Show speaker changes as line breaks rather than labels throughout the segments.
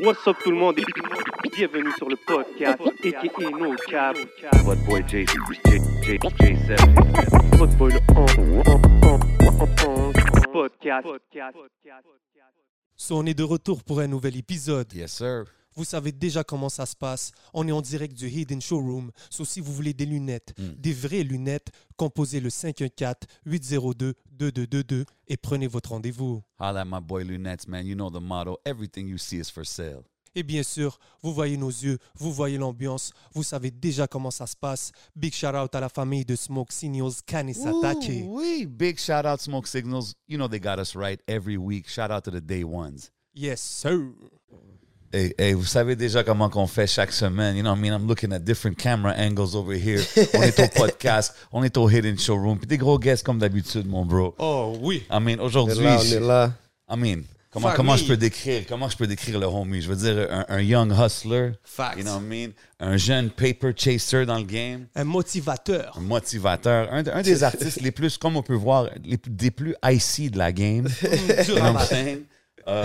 What's up tout le monde et bienvenue sur le podcast et No Cap.
What boy J J J J7.
Votre boy le on- podcast.
So, on est de retour pour un nouvel épisode.
Yes, sir.
Vous savez déjà comment ça se passe. On est en direct du Hidden Showroom. So, si vous voulez des lunettes,
Hmm.
des vraies lunettes, composez le 514-802-2222 et prenez votre rendez-vous.
Holla at my boy Lunettes, man. You know the motto. Everything you see is for sale.
Et bien sûr, vous voyez nos yeux, vous voyez l'ambiance, vous savez déjà comment ça se passe. Big shout out à la famille de Smoke Signals Kanisatake.
We big shout out Smoke Signals. You know they got us right every week. Shout out to the day ones.
Yes, sir.
Hey, hey, vous savez déjà comment qu'on fait chaque semaine. You know what I mean? I'm looking at different camera angles over here. on est au podcast, on est au hidden showroom. Puis des gros guests comme d'habitude, mon bro.
Oh oui.
I mean, aujourd'hui,
Là, on est là.
I mean, comment,
Famille.
comment je peux décrire, comment je peux décrire le homie? Je veux dire, un, un young hustler.
Facts.
You know what I mean? Un jeune paper chaser dans le game.
Un motivateur.
un motivateur, un, de- un des artistes les plus, comme on peut voir, les, plus- des plus icy de la game. You know what I'm saying? Um,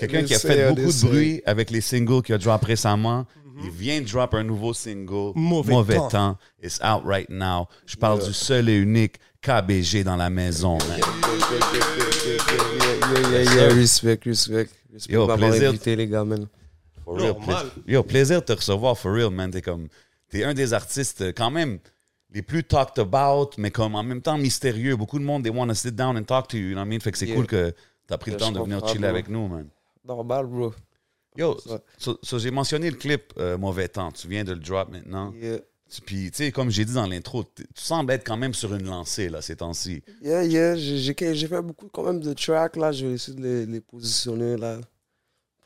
Quelqu'un qui a fait
Odissée,
beaucoup de
Odissée.
bruit avec les singles qu'il a drop récemment. Il vient de drop un nouveau single,
Mm-hmm. Mauvais temps.
temps. It's out right now. Je parle du seul et unique KBG dans la maison. man.
Yeah, yeah, yeah, respect, respect. Respect
Yo,
de m'avoir
plaisir.
invité, les gars, man.
For real,
Normal.
pla- Yo, plaisir de te recevoir, for real, man. T'es comme, t'es un des artistes euh, quand même les plus talked about, mais comme en même temps mystérieux. Beaucoup de monde, they want to sit down and talk to you, you know what I mean? Fait que c'est
Yeah.
cool que t'as pris le
Yeah,
temps
je
de venir
comprends,
chiller
bro.
avec nous, man.
Normal, bro.
Yo,
Ouais.
so, so j'ai mentionné le clip euh, Mauvais temps. Tu viens de le drop maintenant.
Yeah,
Tu- Puis, tu sais, comme j'ai dit dans l'intro, t- tu sembles être quand même sur une lancée, là, ces temps-ci.
yeah, yeah. J'ai j'ai- j'ai fait beaucoup quand même de tracks, là. Je vais essayer de les, les positionner, là.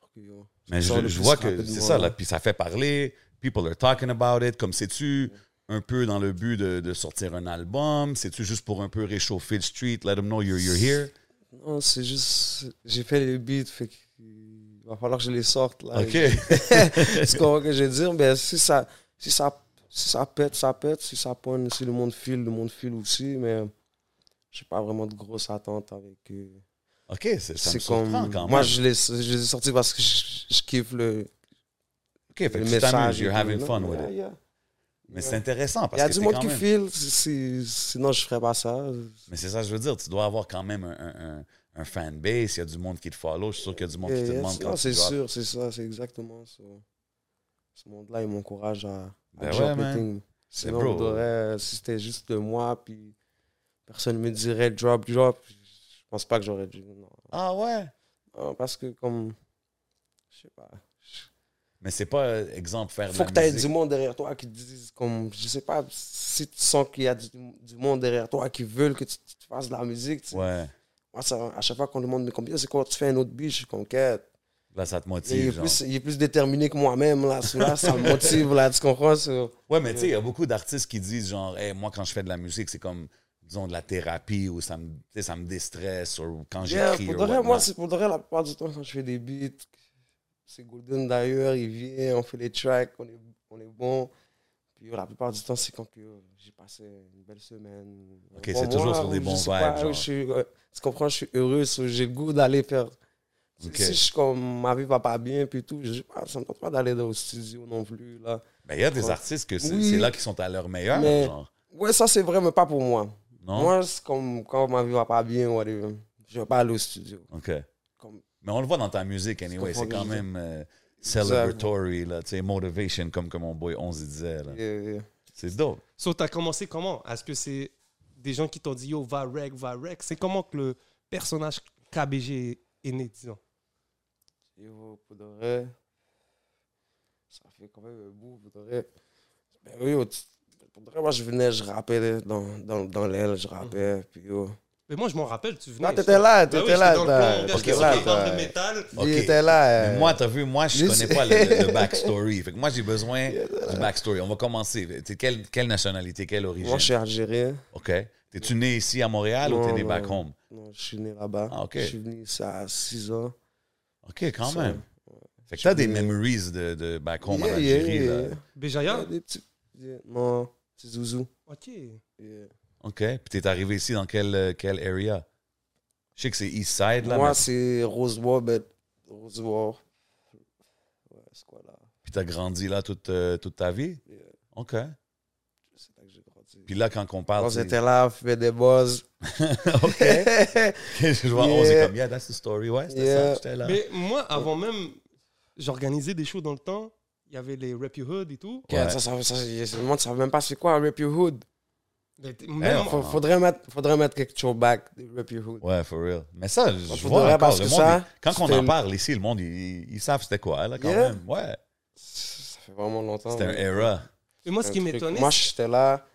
Pour que, yo,
Mais
ça sort
je,
le
je
plus
vois que
rapidement,
c'est ça, là. Puis ça fait parler. People are talking about it. Comme c'est-tu un peu dans le but de, de sortir un album? C'est-tu juste pour un peu réchauffer le street? Let them know you're, you're here.
Non, c'est juste... J'ai fait les beats, fait que... Il va falloir que je les sorte, là.
OK.
tu comprends ce que je veux dire? Ben, si ça, si ça, si ça pète, ça pète. Si ça pointe, si le monde file, le monde file aussi. Mais j'ai pas vraiment de grosses attentes avec... euh,
OK, c'est- ça me
C'est
surprend
comme.
quand même.
Moi, je l'ai je les ai sortis parce que je, je kiffe le,
OK, fait
le
que tu
message.
t'amuses.
et
You're
tout,
having
là.
fun with
Yeah,
it.
yeah.
Mais c'est intéressant
Il y a du
parce que t'es
monde
quand
qui
même...
file, si- si- sinon je ferais pas ça.
Mais c'est ça que je veux dire. Tu dois avoir quand même un, un, un- un fanbase. Il y a du monde qui te follow. Je suis sûr qu'il y a du monde
Yeah,
qui te
yeah,
demande
c'est-
quand
non,
tu
c'est
drops.
sûr, c'est ça, c'est exactement ça. Ce monde-là, il m'encourage à, à
Ben
drop
ouais,
le
man.
thing. Sinon,
bro.
on devrait- si c'était juste de moi, puis personne me dirait drop, drop, je pense pas que j'aurais dû. Non.
Ah ouais?
Non, parce que, comme. Je sais pas.
Mais c'est pas, euh, exemple, faire de
faut
la
que tu aies
musique.
du monde derrière toi qui te dise, comme, je sais pas, si tu sens qu'il y a du, du monde derrière toi qui veulent que tu, tu fasses de la musique. tu sais.
Ouais.
Moi, ça, à chaque fois qu'on me demande, mais combien c'est quand tu fais un autre beat, je suis conquête.
Là, ça te
Il, est
motive. genre.
plus- il est plus déterminé que moi-même, là, sur là, ça me motive, là, tu comprends? ça?
Ouais, mais tu sais, il y a beaucoup d'artistes qui disent genre, Hey, moi, quand je fais de la musique, c'est comme, disons, de la thérapie ou ça me, tu sais, ça me déstresse ou quand
Yeah,
j'écris.
pour
ou
de vrai,
whatnot.
moi, c'est pour de vrai, la plupart du temps, quand je fais des beats, c'est Golden d'ailleurs, il vient, on fait les tracks, on est, on est bon. Puis la plupart du temps, c'est quand que euh, j'ai passé une belle semaine.
Ok,
Un bon
c'est toujours
mois,
sur des
ou
bons
je sais
vibes,
pas,
genre.
je suis, euh, tu comprends, je suis heureux, so j'ai le goût d'aller faire. Si-
Ok.
Si je suis comme ma vie va pas bien, puis tout, je sais pas, ça me tente pas d'aller dans le studio non plus. Là.
Ben, il y a des artistes que c'est
Oui.
c'est là qu'ils sont à leur meilleur,
Mais-
genre.
Ouais, ça c'est vrai, mais pas pour
Hein?
moi.
Non?
Moi, c'est comme quand ma vie va pas bien, whatever, je vais pas aller au studio.
OK.
Comme-
Mais on le voit dans ta musique, anyway.
comprends
C'est quand
que je dis.
même euh, celebratory, là, tu sais, motivation, comme, comme mon boy 11 disait, là.
Yeah, yeah.
C'est dope.
So, t'as commencé comment Est-ce que c'est des gens qui t'ont dit yo, va rec, va rec C'est comment que le personnage KBG est né, disons
Yo, pour de vrai, ça fait quand même un bout, pour de vrai. Ben oui, yo, tu- pour de vrai, moi, je venais, je rappais dans, dans, dans l'aile, je rappais, puis yo.
Mais moi, je m'en rappelle, tu venais.
Non, t'étais là,
Ben oui,
t'étais
j'étais
là,
dans le
t'as-
plan, gars,
t'étais
j'étais
là,
sur les barres de
t'as-
métal.
Ok.
Il était là.
Mais
euh,
moi, t'as vu, moi, je
je
connais
sais.
pas le, le backstory. Fait que moi, j'ai besoin du backstory. On va commencer. Tu sais, Quelle, quelle nationalité, quelle origine?
moi, je suis algérien.
OK. T'es-tu né ici à Montréal ou
Non,
t'es né
non.
back home?
Non, je suis né là-bas.
Ah, ok.
Je suis venu ici à 6 ans.
OK, quand
Ça,
même. euh, Fait que t'as des
Je-
memories de, de back home en
Yeah, yeah,
Algérie,
yeah.
là.
Béjaïa
Des petits... yeah, Non, petit zouzou.
Ok.
Yeah.
OK. Puis t'es arrivé ici dans quelle, euh, quelle area? Je sais que c'est East Side, là.
Moi,
mais-
c'est Rosebois, ben, Rosebois, ce coin-là.
Puis t'as grandi là toute, euh, toute ta vie?
Puis, euh,
OK.
C'est là que j'ai grandi.
Puis là, quand on
on
parle... c'est-
était là, on fumait des buzz.
OK. Je vois, oh, c'est
Yeah.
comme, yeah, that's the story. Ouais, c'était ça,
Yeah.
j'étais là.
Mais moi, avant même, j'organisais des shows dans le temps. Il y avait les Rap You Hood et tout.
Ok, ça, ça, ça, le monde ne savait même pas c'est quoi un Rip Your Hood.
Mais t- même-
on-
Faut- faudrait, mettre, faudrait mettre quelque chose back de Rip Your Hood.
Ouais, for real. Mais ça, je
Faut
vois
de vrai,
encore.
parce
le
que
monde,
ça,
il- quand on
c'était
en
le-
parle ici, le monde, ils, ils savent c'était quoi, là, quand
Yeah. Oh,
même. Ouais,
Ça fait vraiment longtemps.
c'était un
mais-
era.
mais moi, ce qui
un truc.
m'étonnait,
Moi, j'étais là.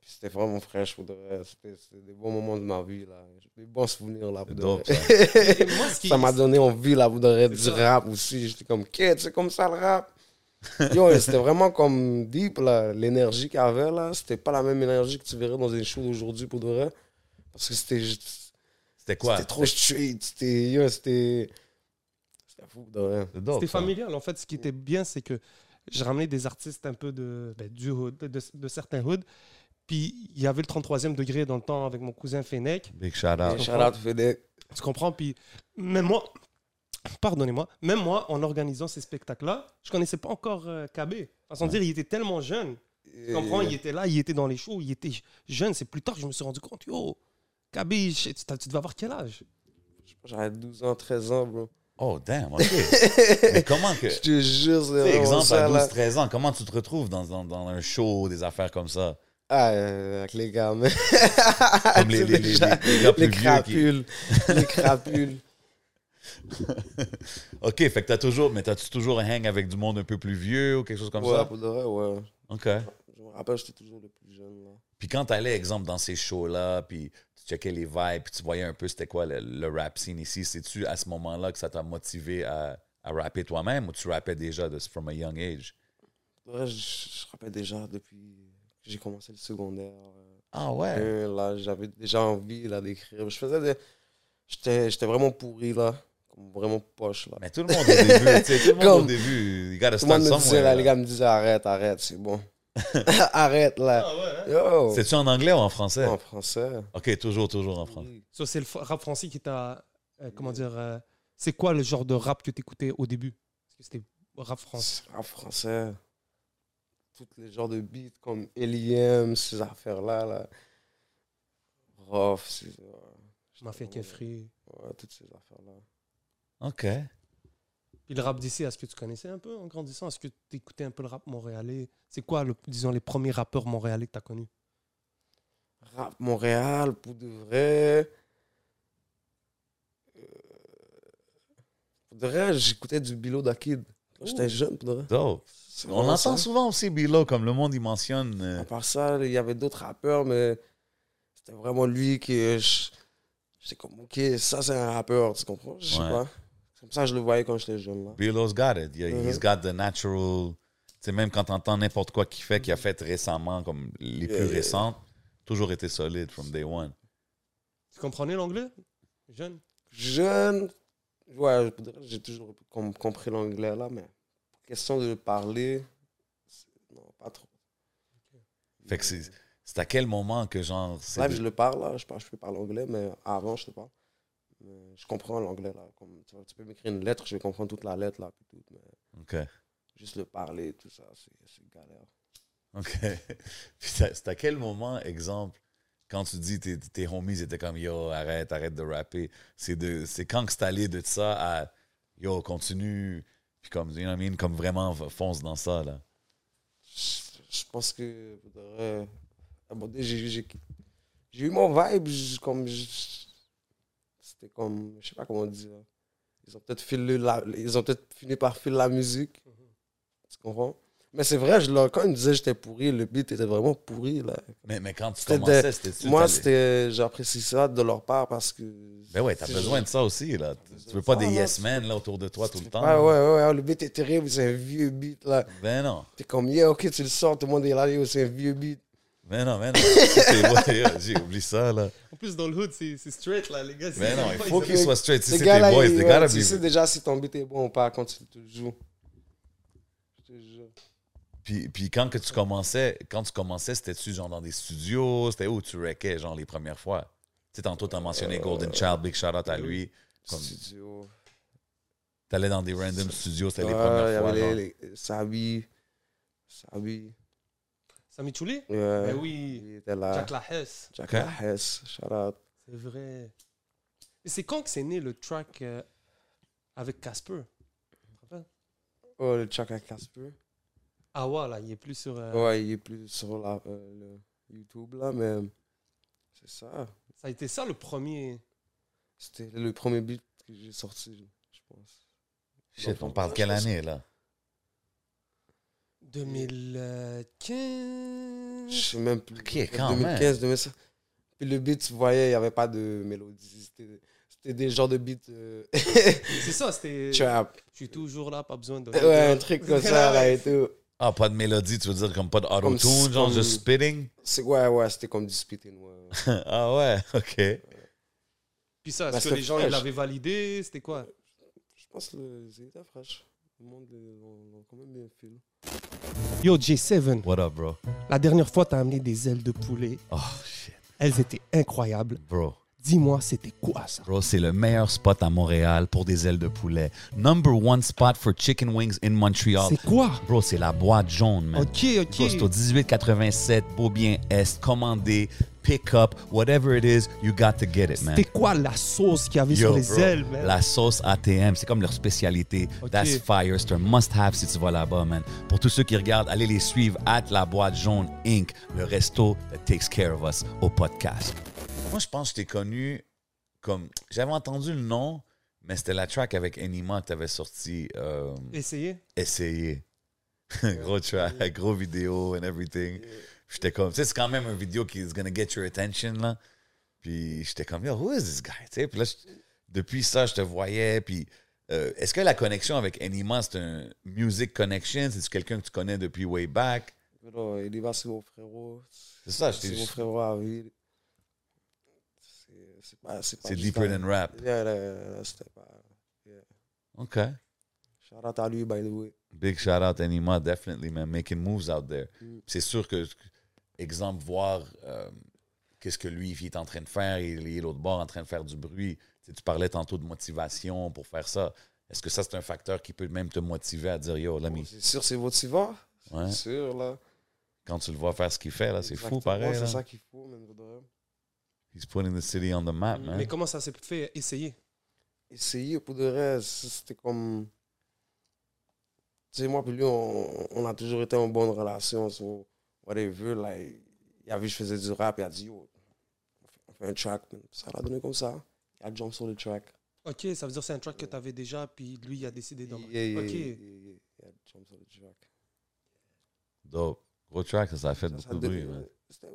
puis C'était vraiment fraîche pour de vrai. C'était c'était des bons moments de ma vie, là. J'ai Des bons souvenirs, là, pour
C'est
de
dope,
vrai.
ça.
c'est- moi, ce qui-
Ça m'a donné envie, là, pour de vrai, du
ça.
rap aussi. J'étais comme, qu'est-ce c'est comme ça, le rap? Yo, c'était vraiment comme deep, là. L'énergie qu'il y avait, là, c'était pas la même énergie que tu verrais dans une show d'aujourd'hui, pour de vrai. Parce que c'était juste-
C'était quoi?
c'était trop street. C'était... Yo, c'était... C'était fou, pour de vrai.
C'est dope,
C'était
ça.
familial. En fait, ce qui était bien, c'est que je ramenais des artistes un peu de, ben, du hood, de, de certains hoods. Puis il y avait le 33e degré dans le temps avec mon cousin Fennec.
Big shout out.
Shout-out, Fedec.
Tu comprends Puis même moi, pardonnez-moi, même moi, en organisant ces spectacles-là, je connaissais pas encore euh, KB. Façon de dire, il était tellement jeune. Tu comprends Il était là, il était dans les shows, il était jeune. C'est plus tard que je me suis rendu compte, yo, KB, je- tu t'as- tu devais avoir quel âge
J'avais 12 ans, 13 ans, bro.
Oh, damn, OK. Mais comment que...
Je te jure, c'est
Tu sais,
vraiment
exemple,
ça,
à
là.
12-13 ans, comment tu te retrouves dans, dans, dans un show, des affaires comme ça?
Ah, euh, avec les gars, mais. Ah,
Comme les, les, les, les, les gars plus
les
vieux qui-
crapules. les crapules.
OK, fait que t'as toujours... Mais t'as-tu toujours un hang avec du monde un peu plus vieux ou quelque chose comme
ouais,
ça?
pour de vrai, ouais.
OK.
Je me rappelle, j'étais toujours le plus jeune, là.
Puis quand t'allais, exemple, dans ces shows-là, puis tu checkais les vibes, puis tu voyais un peu c'était quoi le, le rap scene ici, c'est-tu à ce moment-là que ça t'a motivé à, à rapper toi-même ou tu rappais déjà de, from a young age?
Pour de vrai, je, je rappelle déjà depuis que j'ai commencé le secondaire. euh,
Ah ouais?
un, là, j'avais déjà envie, là, d'écrire. Je faisais des. J'étais j'étais vraiment pourri, là. Comme vraiment poche, là.
Mais tout le monde au début, tu sais, tout le monde au
Comme-
début, you gotta
Tout le
start
monde me disait,
somewhere.
là,
là.
les gars me disaient, arrête, arrête, c'est bon. arrête, là. Yo!
C'est-tu en anglais ou en français?
En français.
OK, toujours, toujours en français.
Oui.
Ça, c'est le fa- rap français qui t'a. euh, comment dire euh, C'est quoi le genre de rap que t'écoutais au début Parce que c'était rap français.
En français. Tous les genres de beats comme L.I.M., ces affaires-là. Là. Rof, c'est. ouais,
Je m'en fais
j'étais
qu'un
vraiment-
free.
Ouais, toutes ces affaires-là.
OK.
Puis le rap d'ici, est-ce que tu connaissais un peu en grandissant Est-ce que t'écoutais un peu le rap montréalais C'est quoi, le, disons, les premiers rappeurs montréalais que t'as connus
Rap Montréal, pour de vrai. Euh, Pour de vrai, j'écoutais du Bilo d'Akid. Quand j'étais jeune, pour de vrai.
Dope.
C'est
On
vraiment ça.
l'entend souvent aussi, Bilo, comme le monde, il mentionne... euh,
À part ça, il y avait d'autres rappeurs, mais c'était vraiment lui que je. J'étais comme, ok, ça c'est un rappeur, tu comprends? Je sais
Ouais.
pas. C'est comme ça que je le voyais quand j'étais jeune. Là.
Bilo's got it. Yeah,
Mhm.
He's got the natural. Tu sais, même quand t'entends n'importe quoi qu'il fait, qu'il a fait récemment, comme les
Yeah,
plus
yeah.
récentes, toujours été solide from day one.
Tu comprenais l'anglais Jeune
Jeune, ouais, je voudrais- j'ai toujours com- compris l'anglais là, mais question de parler, c'est- non, pas trop.
Fait que c'est c'est à quel moment que genre. c'est
Là,
de-
je le parle, là, je, parle, je peux parler anglais, mais avant, je te parle. Mais je comprends l'anglais là. Comme, tu, vois, tu peux m'écrire une lettre, je vais comprendre toute la lettre là, puis tout, mais
Ok.
juste le parler, tout ça, c'est c'est galère.
Ok. Puis c'est à- c'est à quel moment, exemple, quand tu dis tes, tes homies étaient comme yo, arrête, arrête de rapper, c'est de c'est quand que c'est allé de ça à yo, continue, puis comme, you know what I mean, comme vraiment fonce dans ça, là.
je je pense que pour de vrai, à un moment donné, j'ai j'ai- j'ai eu mon vibe je- comme je- c'était comme je sais pas comment dire ils ont peut-être filé la- ils ont peut-être fini par filer la musique tu comprends mais c'est vrai je, leur- quand ils me disaient que j'étais pourri le beat était vraiment pourri là
Mais, mais quand tu
C'était de-
commençais, c'était
moi c'était j'apprécie ça de leur part parce que
Ben ouais, t'as
c'est-
besoin de ça aussi, là. Tu veux
de
pas
ça,
des
là.
yes men, là, autour de toi tout le temps.
Ah ouais, ouais, ouais, le beat est terrible, c'est un vieux beat là.
Ben non,
T'es comme, yeah, ok, tu le sors, tout le monde est là, yo, c'est un vieux beat.
ben non, ben non. Ça, c'est vrai, là. J'ai oublié ça, là.
En plus, dans le hood, c'est c'est straight, là, les gars. c'est-
Ben non, il faut
ils-
qu'ils soient straight. Si
Les
c'est
gars,
tes
là,
boys,
ils- ouais,
they gotta
tu sais
be...
déjà si ton beat est bon ou pas quand tu le joues. Je te jure.
Puis, puis quand que tu commençais, quand tu commençais, c'était-tu genre dans des studios? C'était où tu wreckais, genre, les premières fois?
Euh,
Tu sais, tantôt, t'as mentionné Golden Child, big shout-out à lui. Comme-
Studio.
T'allais dans des random studios, c'était les
il y
premières fois.
avait
genre.
les, les- Sabi. Sabi.
Sami Chouli
Ouais.
Ben oui.
Il était là.
Jack Lahess.
Jack
Ok.
Hess. Shout out.
C'est vrai. Et c'est quand que c'est né le track euh, avec Casper
Oh, le Jack Casper.
Ah ouais, là, il est plus sur. euh,
Ouais, il est plus sur la, euh, le YouTube là, mais c'est ça.
Ça a été ça le premier.
C'était le premier beat que j'ai sorti, je pense.
Shit, on parle de quelle année, là?
2015. Mm.
Je sais même plus.
Ok, quand même.
2015, 2016. Puis le beat, tu voyais, il n'y avait pas de mélodie. C'était- C'était des genres de beats euh,
C'est ça, c'était. Je
trap.
suis toujours là, pas besoin de.
Ouais, un truc comme ça là et tout.
Ah, pas de mélodie, tu veux dire comme pas
Comme-
d'autotune, genre
comme-
juste spitting?
C'est- Ouais, ouais, c'était comme du spitting. Ouais.
ah ouais, ok.
Puis ça,
Bah,
est-ce que
c'est
les gens ils
fresh.
l'avaient validé C'était quoi
Je pense que c'était fraîche. Le monde euh, l'ont l'ont quand même bien fait. là.
Yo, J7,
What up, bro?
la dernière fois, t'as amené des ailes de poulet.
Oh, shit,
Elles étaient incroyables.
bro.
Dis-moi, c'était quoi ça
Bro, c'est le meilleur spot à Montréal pour des ailes de poulet. Number one spot for chicken wings in Montreal.
C'est quoi
Bro, c'est la boîte jaune, man.
Ok,
Bro, c'est au
ok.
1887 Beaubien Est, commandé, pick up, whatever it is, you got to get it, man.
C'était quoi la sauce qu'il y avait sur
Yo,
les
bro,
ailes, man
La sauce ATM, c'est comme leur spécialité.
Ok.
That's fire. C'est un must-have si tu vas là-bas, man. Pour tous ceux qui regardent, allez les suivre at La Boîte Jaune Inc., le resto that takes care of us au podcast. Moi, je pense que je t'ai connu comme. J'avais entendu le nom, mais c'était la track avec Enima que t'avais sorti. euh,
Essayez.
Essayer. gros track, gros vidéo and everything. J'étais comme, tu sais, c'est quand même un vidéo qui is gonna get your attention, là. Puis j'étais comme, yo, who is this guy? Tu sais, puis là, je- depuis ça, je te voyais. Puis euh, est-ce que la connexion avec Anima, c'est un music connection? C'est quelqu'un que tu connais depuis way back?
Mais non, il y va, c'est mon frérot.
Ah, C'est ça, je
C'est mon
t'ai-
frérot à vie. C'est- C'est pas. C'est pas
c'est
juste
deeper
un-
than rap.
Yeah, là, là, là, c'était pas.
OK.
Shout out à lui, by the way.
Big shout out Anima, definitely, man. Making moves out there.
Mm.
C'est sûr que, exemple, voir euh, qu'est-ce que lui il est en train de faire, il il est l'autre bord en train de faire du bruit. Tu, sais, tu parlais tantôt de motivation pour faire ça. Est-ce que ça, c'est un facteur qui peut même te motiver à dire Yo, l'ami,
C'est sûr, c'est motivant.
Ouais.
Oh, C'est sûr, là.
quand tu le vois faire ce qu'il fait, là, c'est fou
Exactement,
pareil.
C'est
là.
ça qu'il faut, même. faudrait
He's putting the city on the map, Ah,
Mm.
man.
Mais comment ça s'est fait Essayez.
Essayer pour de reste. C'était comme. Tu sais, moi, puis lui, on, on a toujours été en bonne relation. So, whatever, là. il- Il a vu que je faisais du rap, il a dit, yo, on fait un track. man. Ça l'a donné comme ça. Il a jump sur le track.
Ok, ça veut dire que c'est un track que tu avais déjà, puis lui, il a décidé d'en.
Yeah, yeah,
ok.
yeah, yeah, yeah. Il a jump sur le track.
Dope. Gros track, ça, ça a fait
Ça, ça
beaucoup de bruit.
devait-
man.
C'était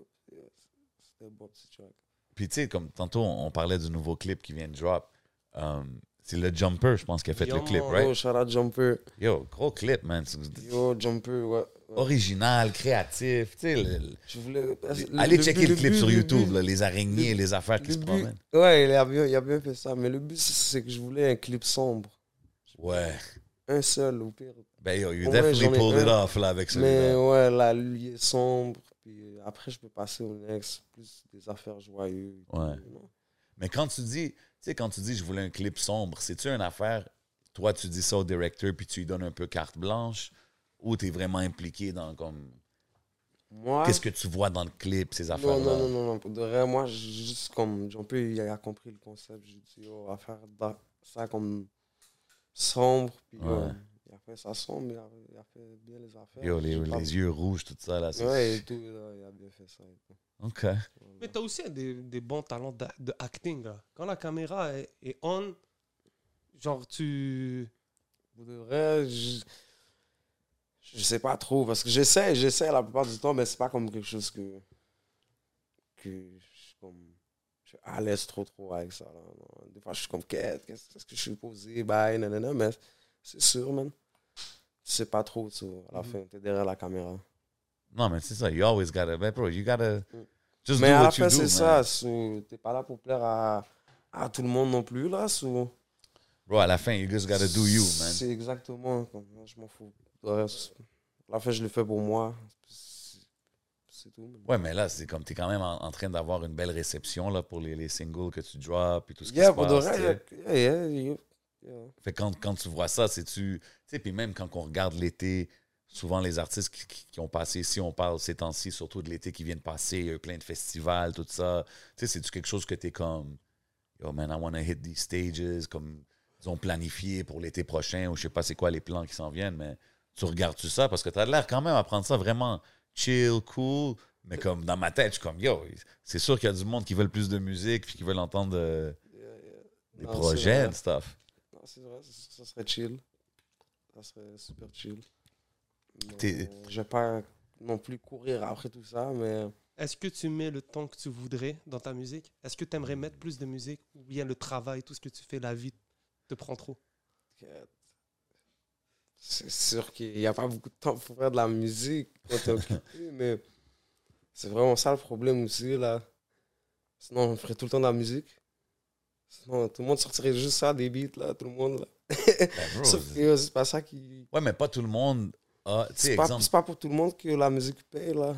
c'était un bon petit track.
Puis tu sais, comme tantôt, on on parlait du nouveau clip qui vient de drop. Um, c'est le Jumper, je pense, qui a fait
Yo,
le clip,
mon-
right?
Yo, Oh, shout out Jumper.
Yo, gros clip, man.
Yo, Jumper, ouais. ouais.
original, créatif. Tu sais, le- le-
Je voulais. le-
allez
le
checker
but-
le, clip
but-
sur YouTube,
but-
là, les araignées, les affaires qui
le
se
but-
promènent.
Ouais, il a, bien, il a bien fait ça. Mais le but, c'est- c'est que je voulais un clip sombre.
Ouais.
Un seul, au pire.
Ben yo, you
Au moins,
definitely
j'en ai
pulled it
un.
off là avec
Mais
celui-là.
ouais, là, lui, il est sombre. Puis euh, après, je peux passer au next. Plus des affaires joyeuses.
Ouais. Mais quand tu dis, tu sais, quand tu dis je voulais un clip sombre, c'est-tu une affaire, toi tu dis ça au directeur puis tu lui donnes un peu carte blanche ou t'es vraiment impliqué dans comme
Moi.
qu'est-ce que tu vois dans le clip, ces
Ah. Non, non, non,
affaires-là?
non, non. Pour de vrai, moi, j- juste comme Jean-Pierre, il a compris le concept. J'ai dit, oh, on va faire da- ça comme sombre. Puis
Ouais.
euh, il a fait ça sombre, il a, il a fait bien les affaires.
Yo, les,
J'ai pas-
les yeux rouges, tout ça là. c'est-
Ouais, et tout, là, il a bien fait ça. et tout.
OK.
Mais tu as aussi des, des bons talents d'a- de, acting. là. Quand la caméra est, est on, genre tu.
Pour de vrai, je... je sais pas trop. Parce que j'essaie, j'essaie la plupart du temps, mais c'est pas comme quelque chose que. que je suis comme. Je suis à l'aise trop, trop avec ça. là, non. Des fois, je suis comme, qu'est-ce qu'est-ce- qu'est-ce que je suis posé? Bye, nanana. Mais c'est sûr, man. Tu sais pas trop, tu vois, à la
Mm-hmm.
Mhm.
fin. T'es derrière la caméra.
Non, mais c'est ça, you always gotta, ben, bro, you gotta just
Mm. mais
do
à
what
la
you do.
fin, c'est ça.
man.
so, T'es pas là pour plaire à, à tout le monde non plus, là. so.
Bro, à la fin, you just gotta do you, man.
C'est exactement. comme, moi, Je m'en fous. Ouais, c'est- la fin, je le fais pour moi. C'est c'est tout. man.
Ouais, mais là, c'est comme, t'es quand même en, en train d'avoir une belle réception là, pour les, les singles que tu drops et tout ce qui
Yeah,
se
pour de
passe.
vrai,
tu sais.
yeah, yeah, yeah. Yeah.
Fait que quand, quand tu vois ça, c'est-tu. Tu sais, puis même quand on regarde l'été, souvent les artistes qui, qui- qui ont passé ici, on parle ces temps-ci, surtout de l'été qui vient de passer, il y a eu plein de festivals, tout ça. Tu sais, c'est-tu quelque chose que tu es comme. Yo, man, I want to hit these stages, comme ils ont planifié pour l'été prochain, ou je sais pas c'est quoi les plans qui s'en viennent, mais tu regardes-tu ça parce que tu as l'air quand même à prendre ça vraiment chill, cool. Mais comme dans ma tête, je suis comme, yo, c'est sûr qu'il y a du monde qui veulent plus de musique, puis qui veulent entendre euh,
Yeah, yeah.
des
Non, c'est
projets
vrai.
and stuff.
Non, c'est vrai, ça, ça serait chill. Ça serait super chill. Mais
T'es-
Je vais pas non plus courir après tout ça, mais
Est-ce que tu mets le temps que tu voudrais dans ta musique Est-ce que tu aimerais mettre plus de musique Ou bien le travail, tout ce que tu fais, la vie te prend trop
que- c'est sûr qu'il n'y a pas beaucoup de temps pour faire de la musique quand t'es occupé, mais c'est vraiment ça le problème aussi, là. Sinon, on ferait tout le temps de la musique. Sinon, tout le monde sortirait juste ça, des beats, là, tout le monde, là.
Ben, bro,
Sauf que euh, c'est pas ça qui...
Ouais, mais pas tout le monde a. Tu sais,
C'est pas,
exemple.
c'est pas pour tout le monde que la musique paye, là.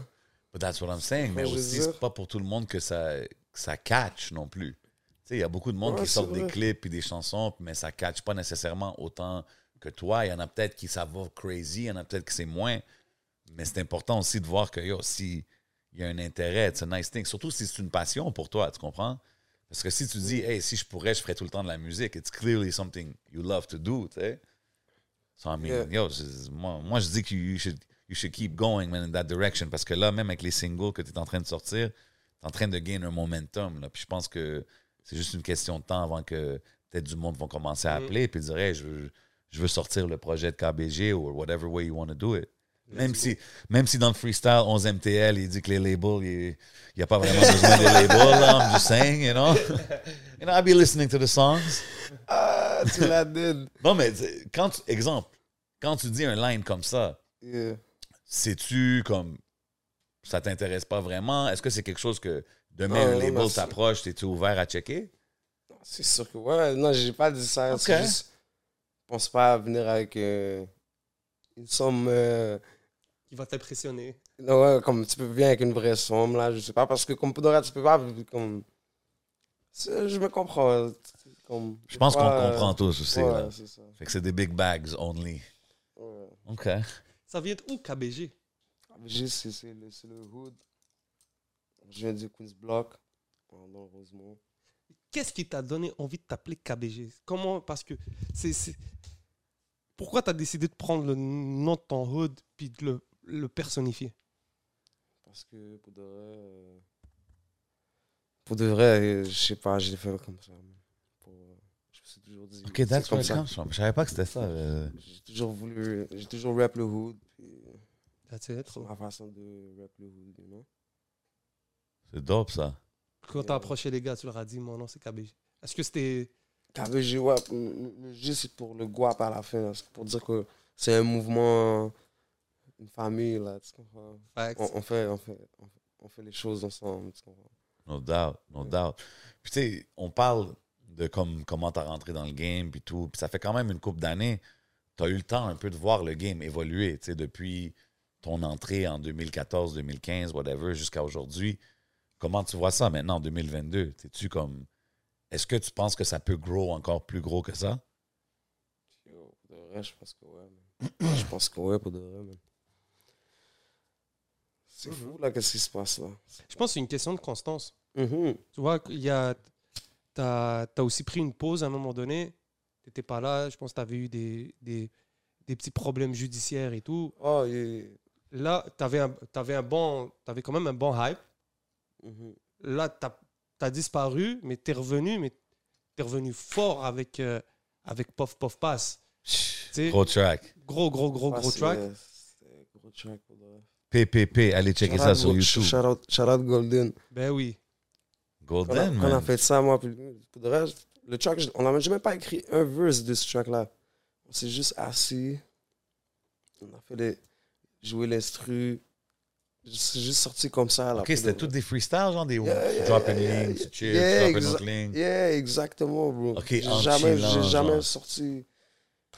But that's what I'm saying. Mais
Ouais, je veux
aussi,
dire.
c'est pas pour tout le monde que ça, que ça catch non plus. Tu sais, il y a beaucoup de monde
Ouais,
qui
c'est
sortent des
vrai.
clips et des chansons, mais ça catch pas nécessairement autant que toi. Il y en a peut-être qui ça va crazy, il y en a peut-être que c'est moins. Mais c'est important aussi de voir que, yo, si il y a un intérêt, c'est nice thing. Surtout si c'est une passion pour toi, tu comprends? Parce que si tu dis, hey, si je pourrais, je ferais tout le temps de la musique, it's clearly something you love to do, tu sais? So, I mean,
Yeah.
yo, c'est- moi, moi, je dis que you should, you should keep going, man, in that direction. Parce que là, même avec les singles que tu es en train de sortir, tu es en train de gain un momentum, là. Puis je pense que c'est juste une question de temps avant que peut-être du monde vont commencer à
Mm.
appeler puis dire, hey, je veux, je veux sortir le projet de KBG ou whatever way you want to do it. Même si, même si dans le freestyle 11 MTL, il dit que les labels, il n'y a pas vraiment besoin des labels. là. I'm just saying, you know. You know, I'll be listening to the songs.
Ah, tu la donnes!
Non, mais tu- quand tu- exemple, quand tu dis un line comme ça,
Yeah.
sais-tu comme ça t'intéresse pas vraiment? Est-ce que c'est quelque chose que demain
Non,
un
non, non,
label
c'est-
t'approche, t'es-tu ouvert à checker?
C'est sûr que ouais, non, j'ai pas dit ça. C'est
Ok.
juste, je pense pas à venir avec euh, une somme. euh,
Qui va t'impressionner
non, ouais, comme tu peux bien avec une vraie somme, là, je sais pas, parce que comme Podora, tu peux pas. Comme, c'est- je me comprends. c'est Comme,
Je pense
pas,
qu'on
euh,
comprend tous aussi.
ouais,
là.
c'est ça.
Fait que c'est des big bags only.
Ouais.
OK.
Ça vient de où KBG
Juste, c'est- c'est le, c'est le hood. Je viens du Queen's Block, hein, dans Rosemont.
Qu'est-ce qui t'a donné envie de t'appeler KBG Comment Parce que c'est. c'est- Pourquoi t'as décidé de prendre le nom de ton hood puis de le, le personnifier
Parce que pour de vrai. euh, Pour de vrai, euh, je sais pas, j'ai fait comme ça. Pour, euh, je me suis toujours dit.
OK,
c'est
that's
comme
where it
ça.
comes from. Je savais pas que c'était ça. euh.
J'ai toujours voulu. J'ai toujours rap le hood. Puis
That's it.
c'est ma façon de rap le hood, you know.
C'est dope, ça.
Quand t'as approché les gars, tu leur as dit mon nom c'est KBG. Est-ce que c'était.
KBG, ouais, le le G c'est pour le guap à la fin, là, c'est pour dire que c'est un mouvement, une famille, là, tu comprends?
Facts.
On, on fait, on, fait, on, fait, on fait les choses ensemble, tu comprends?
No doubt, no doubt. Puis tu sais, on parle de comme, comment t'as rentré dans le game, puis tout. Puis ça fait quand même une couple d'années, t'as eu le temps un peu de voir le game évoluer, tu sais, depuis ton entrée en 2014, 2015, whatever, jusqu'à aujourd'hui. Comment tu vois ça maintenant, en 2022? T'es-tu comme... Est-ce que tu penses que ça peut grow encore plus gros que ça?
Yo, pour de vrai, je pense que ouais. man. je pense que ouais, pour de vrai, man. C'est fou, là, qu'est-ce qui se passe, là.
Je pense que c'est une question de constance.
Mhm.
Tu vois, il y a, t'as, t'as aussi pris une pause à un moment donné. T'étais pas là. Je pense que t'avais eu des, des, des petits problèmes judiciaires et tout.
Oh, yeah, yeah.
Là, t'avais un, t'avais un bon, t'avais quand même un bon hype. Mm-hmm.
Mhm.
Là, t'as, t'as disparu, mais t'es revenu, mais t'es revenu fort avec, euh, avec Puff Puff Pass. Tu sais,
Gros track.
gros, gros, gros,
Ah,
gros
c'est-
track.
c'est Gros track, pour de vrai.
PPP, allez checker
Shout
ça
out
sur
Go-
YouTube.
Shout out, shout out Golden.
Ben oui.
Quand on a-
Golden,
quand on a
man.
fait ça, moi, puis- pour de vrai, le track, je- on n'a jamais pas écrit un verse de ce track-là. On s'est juste assis. On a fait les, jouer l'instru. C'est juste sorti comme ça, là.
OK,
pour de
c'était
vrai.
tous des freestyles, genre des...
Yeah, yeah,
tu drop une
yeah,
ligne,
yeah.
tu chill,
Yeah,
tu drop une
exa-
autre ligne.
Yeah, exactement, bro.
Ok,
j'ai
en
jamais,
chillant,
j'ai jamais
genre.
sorti.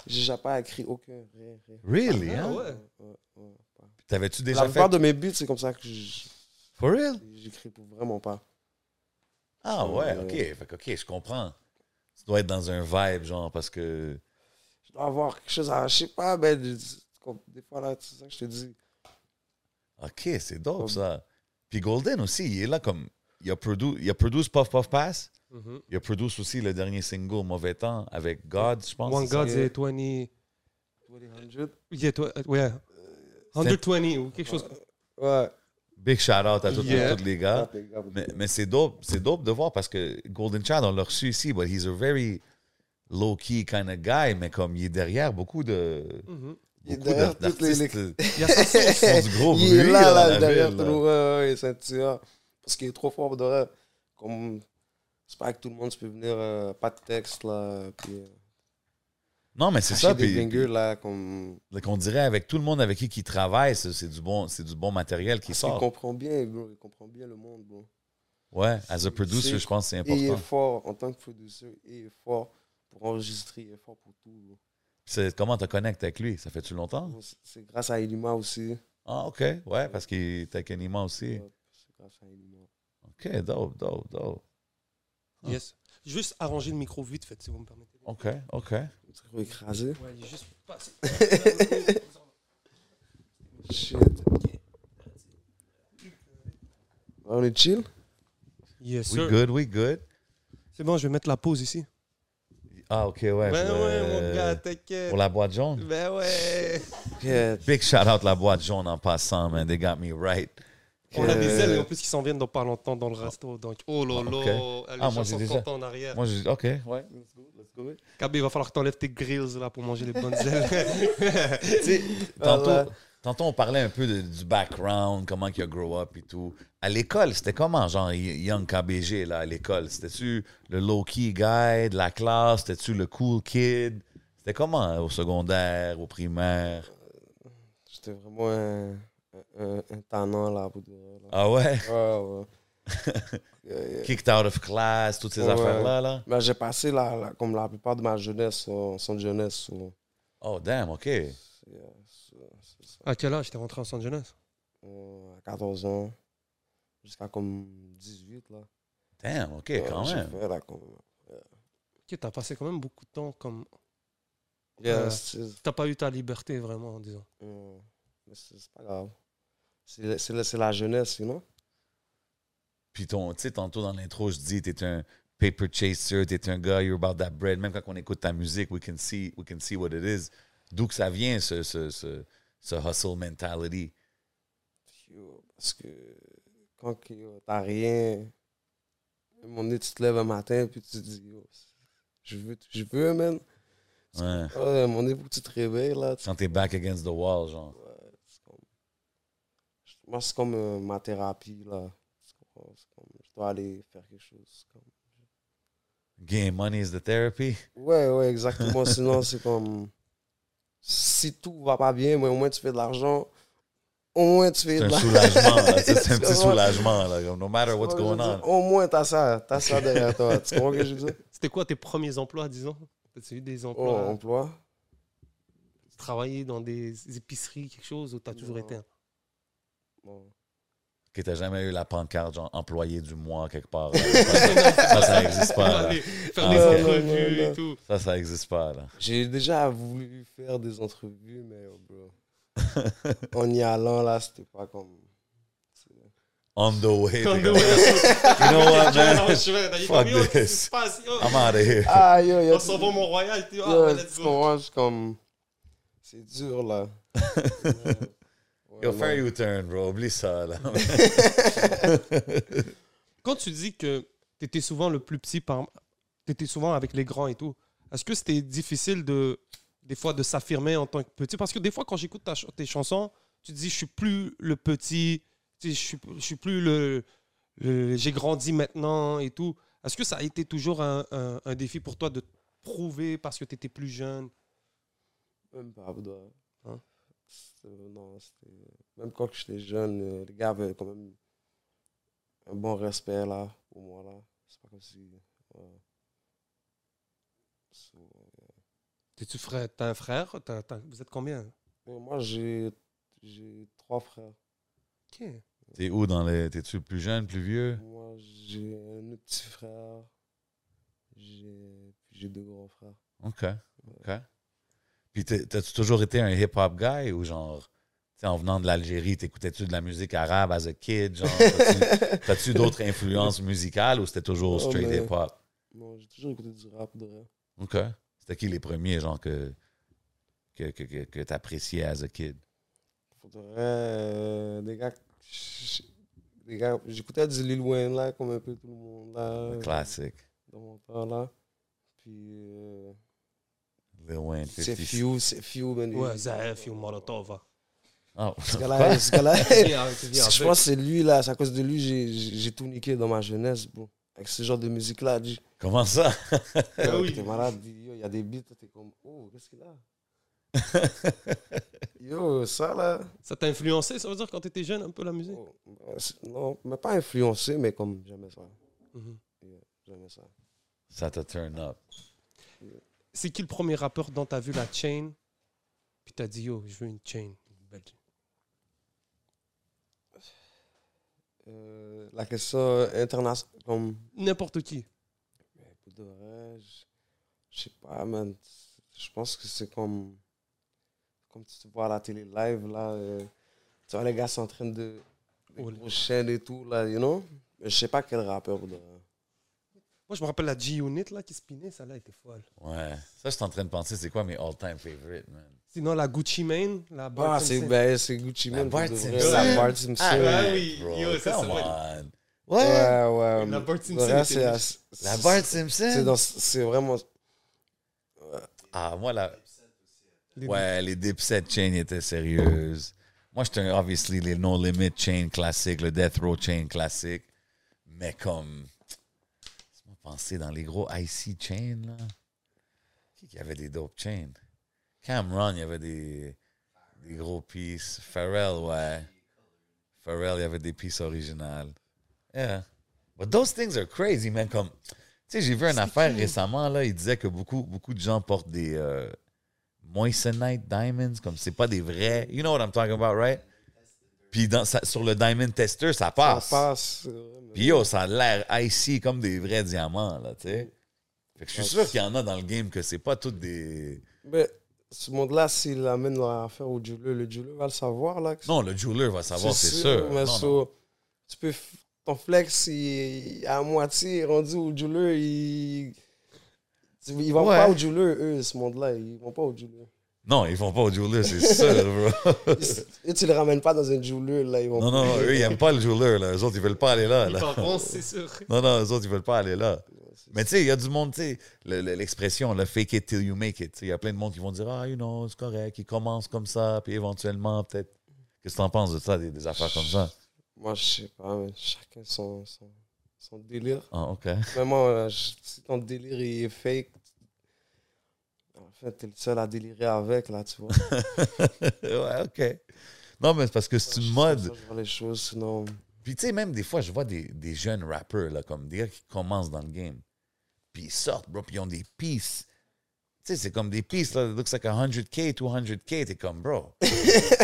J'ai jamais pas écrit aucun. Rien, rien.
Really,
Ah
hein?
ouais.
Ouais, ouais, pas.
T'avais-tu
La
déjà fait...
plupart de mes beats, c'est comme ça que j-
For real?
j'écris pour vraiment pas.
Ah ouais,
Euh,
ok. Fait que, ok, je comprends. tu dois être dans un vibe, genre, parce que.
Je dois avoir quelque chose à. Je sais pas, mais du- comme des fois, là, c'est ça que je te dis.
OK, c'est dope,
Comme-
ça. Puis Golden aussi, il est là comme. Il a produit, il a produit Puff Puff Pass.
Mm-hmm.
Mhm.
Il a produit aussi le dernier single, Mauvais Temps, avec God, je pense.
One
c'est ça?
God,
ça.
c'est 20.
2000.
Yeah, tw- euh, ouais. 120 ou quelque chose.
Ouais.
Big shout out à tous
Yeah.
tous les gars.
Ah, les gars, vous-
Hein? Mais, mais c'est dope, c'est dope de voir parce que Golden Child, on l'a reçu ici, but he's a very low-key kind of guy, mais comme il est derrière beaucoup de.
Mhm.
Il est
Beaucoup
derrière
d'art-
toutes les-
d'artistes euh,
Il y a sa sauce.
qui font du gros bruit.
il est là,
dans
là,
la
derrière
ville,
tout
là.
le monde, ouais, ouais, ceinture. Parce qu'il est trop fort, de vrai. Comme. C'est pas que tout le monde peut venir, euh, pas de texte, là. Puis, euh,
Non, mais c'est
cracher
ça.
des
Puis,
bangers, là, comme.
puis qu'on dirait avec tout le monde avec qui il travaille, c'est c'est du, bon, c'est du bon matériel qui
Parce qu'il
sort.
comprend bien, bro, Il comprend bien le monde, bro.
Ouais, as a producer,
C'est-
je pense que c'est
Et il est
important.
fort en tant que producer, et il est fort pour enregistrer, il est fort pour tout. bro.
C'est- Comment te connectes avec lui Ça fait-tu longtemps
Bon, c'est- C'est grâce à Elima aussi.
Ah, OK. Ouais, parce qu'il est avec Anima aussi.
Ouais, C'est grâce à Elima.
OK, dope, dope, dope. Ah.
Yes. Juste arranger le micro vite, fait, si vous me permettez.
OK, OK.
Le truc écrasé.
Ouais, il est juste passé.
Shit. On est chill?
yes,
We
sir.
good, we good.
C'est bon, je vais mettre la pause ici.
Ah, OK, ouais.
Ben
pour,
ouais,
euh,
mon gars, t'inquiète.
Pour la boîte jaune.
Ben ouais.
Yeah.
Big shout out la boîte jaune en passant, man. They got me right.
On a
Euh,
des ailes et en plus ils s'en viennent dans pas longtemps dans le resto. Donc, oh lolo,
Ok.
les
Ah, moi,
gens
j'ai
sont
déjà-
contents en arrière.
Moi, je dis, OK, ouais, let's go, let's go.
KB, il va falloir que t'enlèves tes grills là pour manger les bonnes ailes.
Tu sais,
Ah
tantôt,
ouais.
tantôt, on parlait un peu de- du background, comment qu'il a grow up et tout. À l'école, c'était comment, genre, y- Young KBG, là, à l'école? C'était-tu le low-key guy de la classe? C'était-tu le cool kid? C'était comment hein, au secondaire, au primaire?
J'étais vraiment un, un, un tannant, là, pour de vrai, là.
Ah ouais?
Ouais, ouais. Yeah, yeah.
Kicked out of class, toutes ces
Euh, Ouais.
affaires-là, là?
Mais j'ai passé, la, la- comme la plupart de ma jeunesse, en centre de jeunesse. so,
Oh, damn, OK.
yeah, so, c'est ça.
à quel âge t'es rentré en San Jonas
Euh, à 14 ans, jusqu'à comme 18, là.
Damn, OK,
Ouais,
quand
j'ai
même.
fait, là, comme...
Ok, t'as passé quand même beaucoup de temps comme.
Yeah,
Ouais.
c'est-
T'as pas eu ta liberté vraiment, disons.
Euh, mais c'est c'est pas grave. C'est la- C'est la, c'est la jeunesse, you know?
Puis ton, tu sais, tantôt dans l'intro, je dis, t'es un paper chaser, t'es un gars, you're about that bread. Même quand on écoute ta musique, we can see, we can see what it is. D'où que ça vient, ce, ce, ce, ce hustle mentality.
Yo, parce que quand que, yo, t'as rien, à un moment donné, tu te lèves un matin puis tu te dis, yo, je veux, je veux, man.
Ouais.
Ouais, à un moment donné, faut que tu te réveilles, là. tu-
hein? Quand t'es back against the wall, genre.
ouais, c'est comme- je- Moi, c'est comme euh, ma thérapie, là. Tu comprends? C'est comme, je dois aller faire quelque chose. c'est comme-
Game money is the therapy.
Ouais, ouais, exactement. Sinon, c'est comme. Si tout va pas bien, mais au moins tu fais de l'argent. Au moins tu fais
C'est
de
un
l'argent.
soulagement, là. Tu sais, C'est un
Tu
petit
comprends?
soulagement, là. Comme, no matter what's
Ouais, je veux
going on.
dire, Au moins, t'as ça. T'as ça derrière toi. Tu comprends ce que je veux dire?
C'était quoi tes premiers emplois, disons T'as eu des
Oh,
emplois euh,
emploi.
Travailler dans des épiceries, quelque chose, ou t'as toujours
Non.
été un.
Bon.
Que t'as jamais eu la pancarte, genre, employé du mois, quelque part. là. ça, ça n'existe pas, là.
Aller faire
Ah,
des
ok.
entrevues
Non, non, non.
et tout.
Ça, ça n'existe pas, là.
J'ai déjà voulu faire des entrevues, mais oh, bro. en y allant, là, c'était pas comme. c'est-
On the way.
Comme
t'es
de
comme,
ouais.
You know what, man?
Je suis là, t'as dit,
Fuck
yo, qu'est-ce qui
this.
se passe, yo
I'm out of here.
Ah, yo, yo.
On s'en va Mont-Royal, tu vois,
yo,
ouais, let's
tu
go.
comprends, c'est comme. C'est dur, là. Ouais,
Yo,
non.
faire U-turn, bro. Oublie ça, là.
Quand tu dis que t'étais souvent le plus petit, par... t'étais souvent avec les grands et tout, est-ce que c'était difficile de, des fois de s'affirmer en tant que petit Parce que des fois, quand j'écoute ta ch- tes chansons, tu te dis, je suis plus le petit, tu sais, je suis, je suis plus le, le- J'ai grandi maintenant et tout. Est-ce que ça a été toujours un, un- un défi pour toi de te prouver parce que t'étais plus jeune
Même pas, bro.
Hein?
C'était- euh, Non, c'était. Même quand j'étais jeune, euh, les gars avaient quand même un bon respect, là, pour moi, là. C'est pas comme si. ouais. So,
T'es-tu frère T'as un frère T'as- t'as- Vous êtes combien
mais moi, j'ai j'ai trois frères.
Ok.
T'es où dans les. T'es-tu le plus jeune, plus vieux?
Moi, j'ai un autre petit frère. J'ai puis J'ai deux grands frères.
OK. OK. Puis, t'es- t'as-tu toujours été un hip-hop guy ou genre, tu sais, en venant de l'Algérie, t'écoutais-tu de la musique arabe as a kid? Genre, t'as-tu- t'as-tu d'autres influences musicales ou c'était toujours
Oh,
straight
man.
hip-hop?
Non, j'ai toujours écouté du rap, de vrai.
OK. C'était qui les premiers, genre, que, que, que, que, que t'appréciais as a kid?
Pour de vrai, euh, des gars. Des gars, j'écoutais du Lil Wayne là, comme un peu tout le monde là.
Le classique.
Dans mon temps là. Puis. euh,
Lil Wayne,
c'est
50.
few, c'est few, man.
Ouais, Zaef, ou Molotov. hein.
Oh.
Ce gars-là, ce gars-là.
Qui vient- qui vient
Je
avec.
pense que c'est lui, là. C'est à cause de lui, j'ai- j'ai j'ai tout niqué dans ma jeunesse, bro. Avec ce genre de musique-là, dit.
Comment ça?
Ah oui.
T'es malade, dit, yo, il y a des beats, t'es comme, oh, qu'est-ce qu'il a Yo, ça, là.
Ça t'a influencé, ça veut dire, quand t'étais jeune, un peu la musique
oh, c'est- non, mais pas influencé, mais comme, jamais ça.
Mhm.
Jamais ça.
ça t'a turn up.
C'est qui le premier rappeur dont t'as vu la chain Puis t'as dit, yo, je veux une chain. une belle chain.
Euh, la question internationale, comme,
N'importe qui.
mais pour de vrai, je- je sais pas, man. Je pense que c'est comme, comme tu te vois à la télé live, là. euh, tu vois, les gars sont en train de. des
Oh,
gros chaînes et tout, là, you know. Mais je sais pas quel rappeur, eh. pour de vrai.
Moi, je me rappelle la G-Unit, là, qui spinait, ça là était folle.
Ouais. Ça, je suis en train de penser, c'est quoi mes all-time favorites, man?
Sinon, la Gucci Mane, la Bart
Ah, c'est
Simpson.
ben, c'est Gucci Mane. pour
Bart Ah,
de vrai.
Simpson.
La Bart Simpson.
ouais, Ah, oui.
Bro,
Yo, ça,
come
c'est vrai.
on.
Ouais, ouais.
La Bart
De
Simpson
vrai,
était
c'est
niche.
assez-
La
c'est-
Bart
C'est
Simpson?
dans- c'est vraiment.
Ah, moi, la...
Les-
Ouais, les Dipset Chain étaient sérieuses. Moi, j'étais un- obviously les No Limit Chain classiques, le Death Row Chain classique. Mais comme. Laisse-moi penser dans les gros IC Chain, là. Qui qui avait des dope chains? Cameron, il y avait des, des gros pieces. Pharrell, ouais. Pharrell, il y avait des pieces originales. Yeah. But those things are crazy, man. Comme, tu sais, j'ai vu une affaire récemment, là, il disait que beaucoup, beaucoup de gens portent des euh, moissanite diamonds, comme c'est pas des vrais. You know what I'm talking about, right? Puis dans, ça- sur le diamond tester, ça
Ça
passe.
passe. c'est vrai, mais-
Puis yo, ça a l'air icy comme des vrais diamants, là, tu sais. Fait que je suis sûr qu'il y en a dans le game que c'est pas toutes des...
Mais ce monde-là, s'il amène l'affaire au jeweler, le jeweler va le savoir, là. que
Non, le jeweler va
c'est-
savoir, c'est sûr.
Mais
Non,
so,
non.
tu peux. f- Ton flex, il, à moitié rendu au jeweler, il. tu- Ils vont
Ouais.
pas au jeweler, eux, ce monde-là. Ils vont pas au jeweler.
Non, ils vont pas au jeweler, c'est sûr, bro.
Et tu les ramènes pas dans un jeweler, là. Ils vont
Non, non, non, eux, ils aiment pas le jeweler, là. Eux autres, ils veulent pas aller là,
Ils
là.
t'en pensent, c'est sûr.
Non, non, eux autres, ils veulent pas aller là. Mais tu sais, il y a du monde, tu sais, le- le- l'expression, le fake it till you make it. tu sais, Il y a plein de monde qui vont dire, ah, you know, c'est correct, ils commencent comme ça, puis éventuellement, peut-être. Qu'est-ce que t'en penses de ça, des, des affaires comme ça?
Moi, je sais pas, mais chacun son, son, son délire.
Ah, OK.
Vraiment, euh, je- si ton délire il est fake, en fait, t'es le seul à délirer avec, là, tu vois.
ouais, OK. Non, mais c'est parce que c'est une mode.
Je vois les choses, sinon.
Puis tu sais, même des fois, je vois des, des jeunes rappeurs, là, comme des gars qui commencent dans le game. Puis ils sortent, bro, puis ils ont des pistes. Tu sais, c'est comme des pistes, là, it looks like 100K, 200K, t'es comme, bro,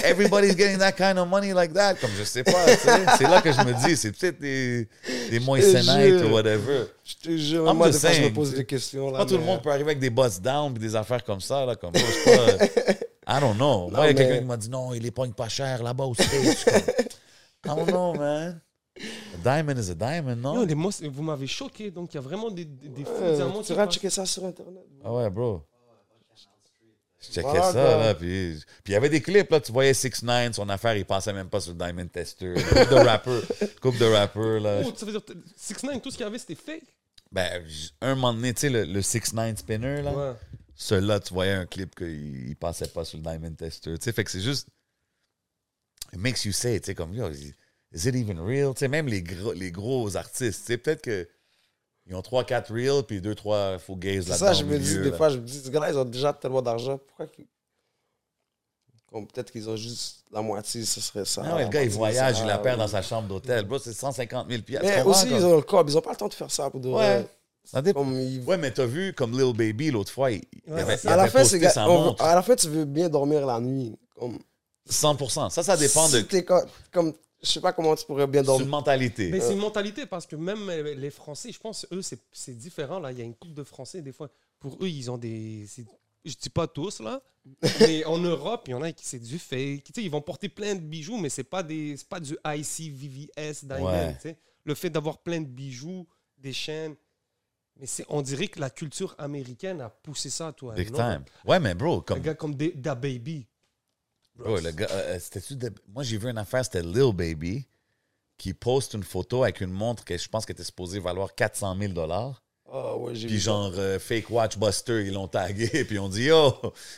everybody's getting that kind of money like that. Comme, je sais pas, tu sais. C'est là que je me dis, c'est peut-être des, des moissonnites
jure.
ou whatever.
Je te jure,
I'm
moi, des
just
fois, je me
saying,
pose
tu-
des questions, là.
Pas tout le
mais- euh,
monde peut arriver avec des buzz down puis des affaires comme ça, là, comme, bro, je sais pas. I don't know. Moi, il y a
mais-
quelqu'un qui m'a dit, non, il les pogne pas cher là-bas au States. Je suis comme, I don't know, man. A diamond is a diamond, non?
Yo, les mots, c'est- vous m'avez choqué, donc il y a vraiment des, des, des faux
Ouais,
diamants
euh, tu
qui
vas
passent.
checker ça sur Internet.
Ah ouais, bro. Je checkais
Voilà,
ça,
gars.
là, puis puis il y avait des clips, là, tu voyais 6 9 son affaire, il passait même pas sur le Diamond Tester. Coupe de rappeur, coupe de rappeur, là.
Oh, ça veut dire 6 9 tout ce qu'il y avait, c'était fake.
Ben, j- un moment donné, tu sais, le, le 6 9 spinner, là,
Ouais.
celui-là, tu voyais un clip qu'il il passait pas sur le Diamond Tester. Tu sais, fait que c'est juste... It makes you say, tu sais, comme, yo, is is it even real? Tu sais, même les, gros- les gros artistes, tu sais, peut-être que ils ont 3-4 real, puis 2-3 faux gaze
C'est
là-dedans
ça, je
au
me dis,
milieu,
des
là.
fois, je me dis, ces gars-là, ils ont déjà tellement d'argent, pourquoi qu'ils- Comme peut-être qu'ils ont juste la moitié, ce serait ça.
Ah ouais,
la
le gars, il
moitié,
voyage,
ça,
il la perd
ouais.
dans sa chambre d'hôtel. Bro, c'est 150 000 piastres.
Mais
Tu comprends,
aussi,
comme-
ils ont le corps, ils ont pas le temps de faire ça pour de
Ouais.
vrai.
Ça dépend.
Comme ils
Ouais, mais t'as vu, comme Lil Baby, l'autre fois, il, il
Ouais,
avait,
c'est
il
ça.
à la
avait
fin,
posté
c'est gars-
sa
on- ah,
montre.
à la fin, tu veux bien dormir la nuit. Comme,
100 Ça, ça dépend de...
si t'es co- comme, je sais pas comment tu pourrais bien
C'est une
dormir.
mentalité.
Mais c'est une mentalité parce que même euh, les Français, je pense, eux, c'est c'est différent. Là, il y a une coupe de Français, des fois. pour eux, ils ont des. c'est- Je dis pas tous, là. mais en Europe, il y en a qui c'est du fake. Tu sais, ils vont porter plein de bijoux, mais c'est pas des, c'est pas du ICVVS diamond.
Ouais.
tu sais. Le fait d'avoir plein de bijoux, des chaînes. Mais c'est, on dirait que la culture américaine a poussé ça, toi.
Big time. Ouais, mais bro,
Un
comme.
gars comme Da Da Baby.
Bro, le gars, euh, euh, c'était-tu de- Moi, j'ai vu une affaire, c'était Lil Baby, qui poste une photo avec une montre que je pense qu'elle était supposée valoir 400 000
Ah ouais, j'ai
Puis
vu. ça.
genre, euh, Fake Watch Buster, ils l'ont tagué, puis on dit, yo,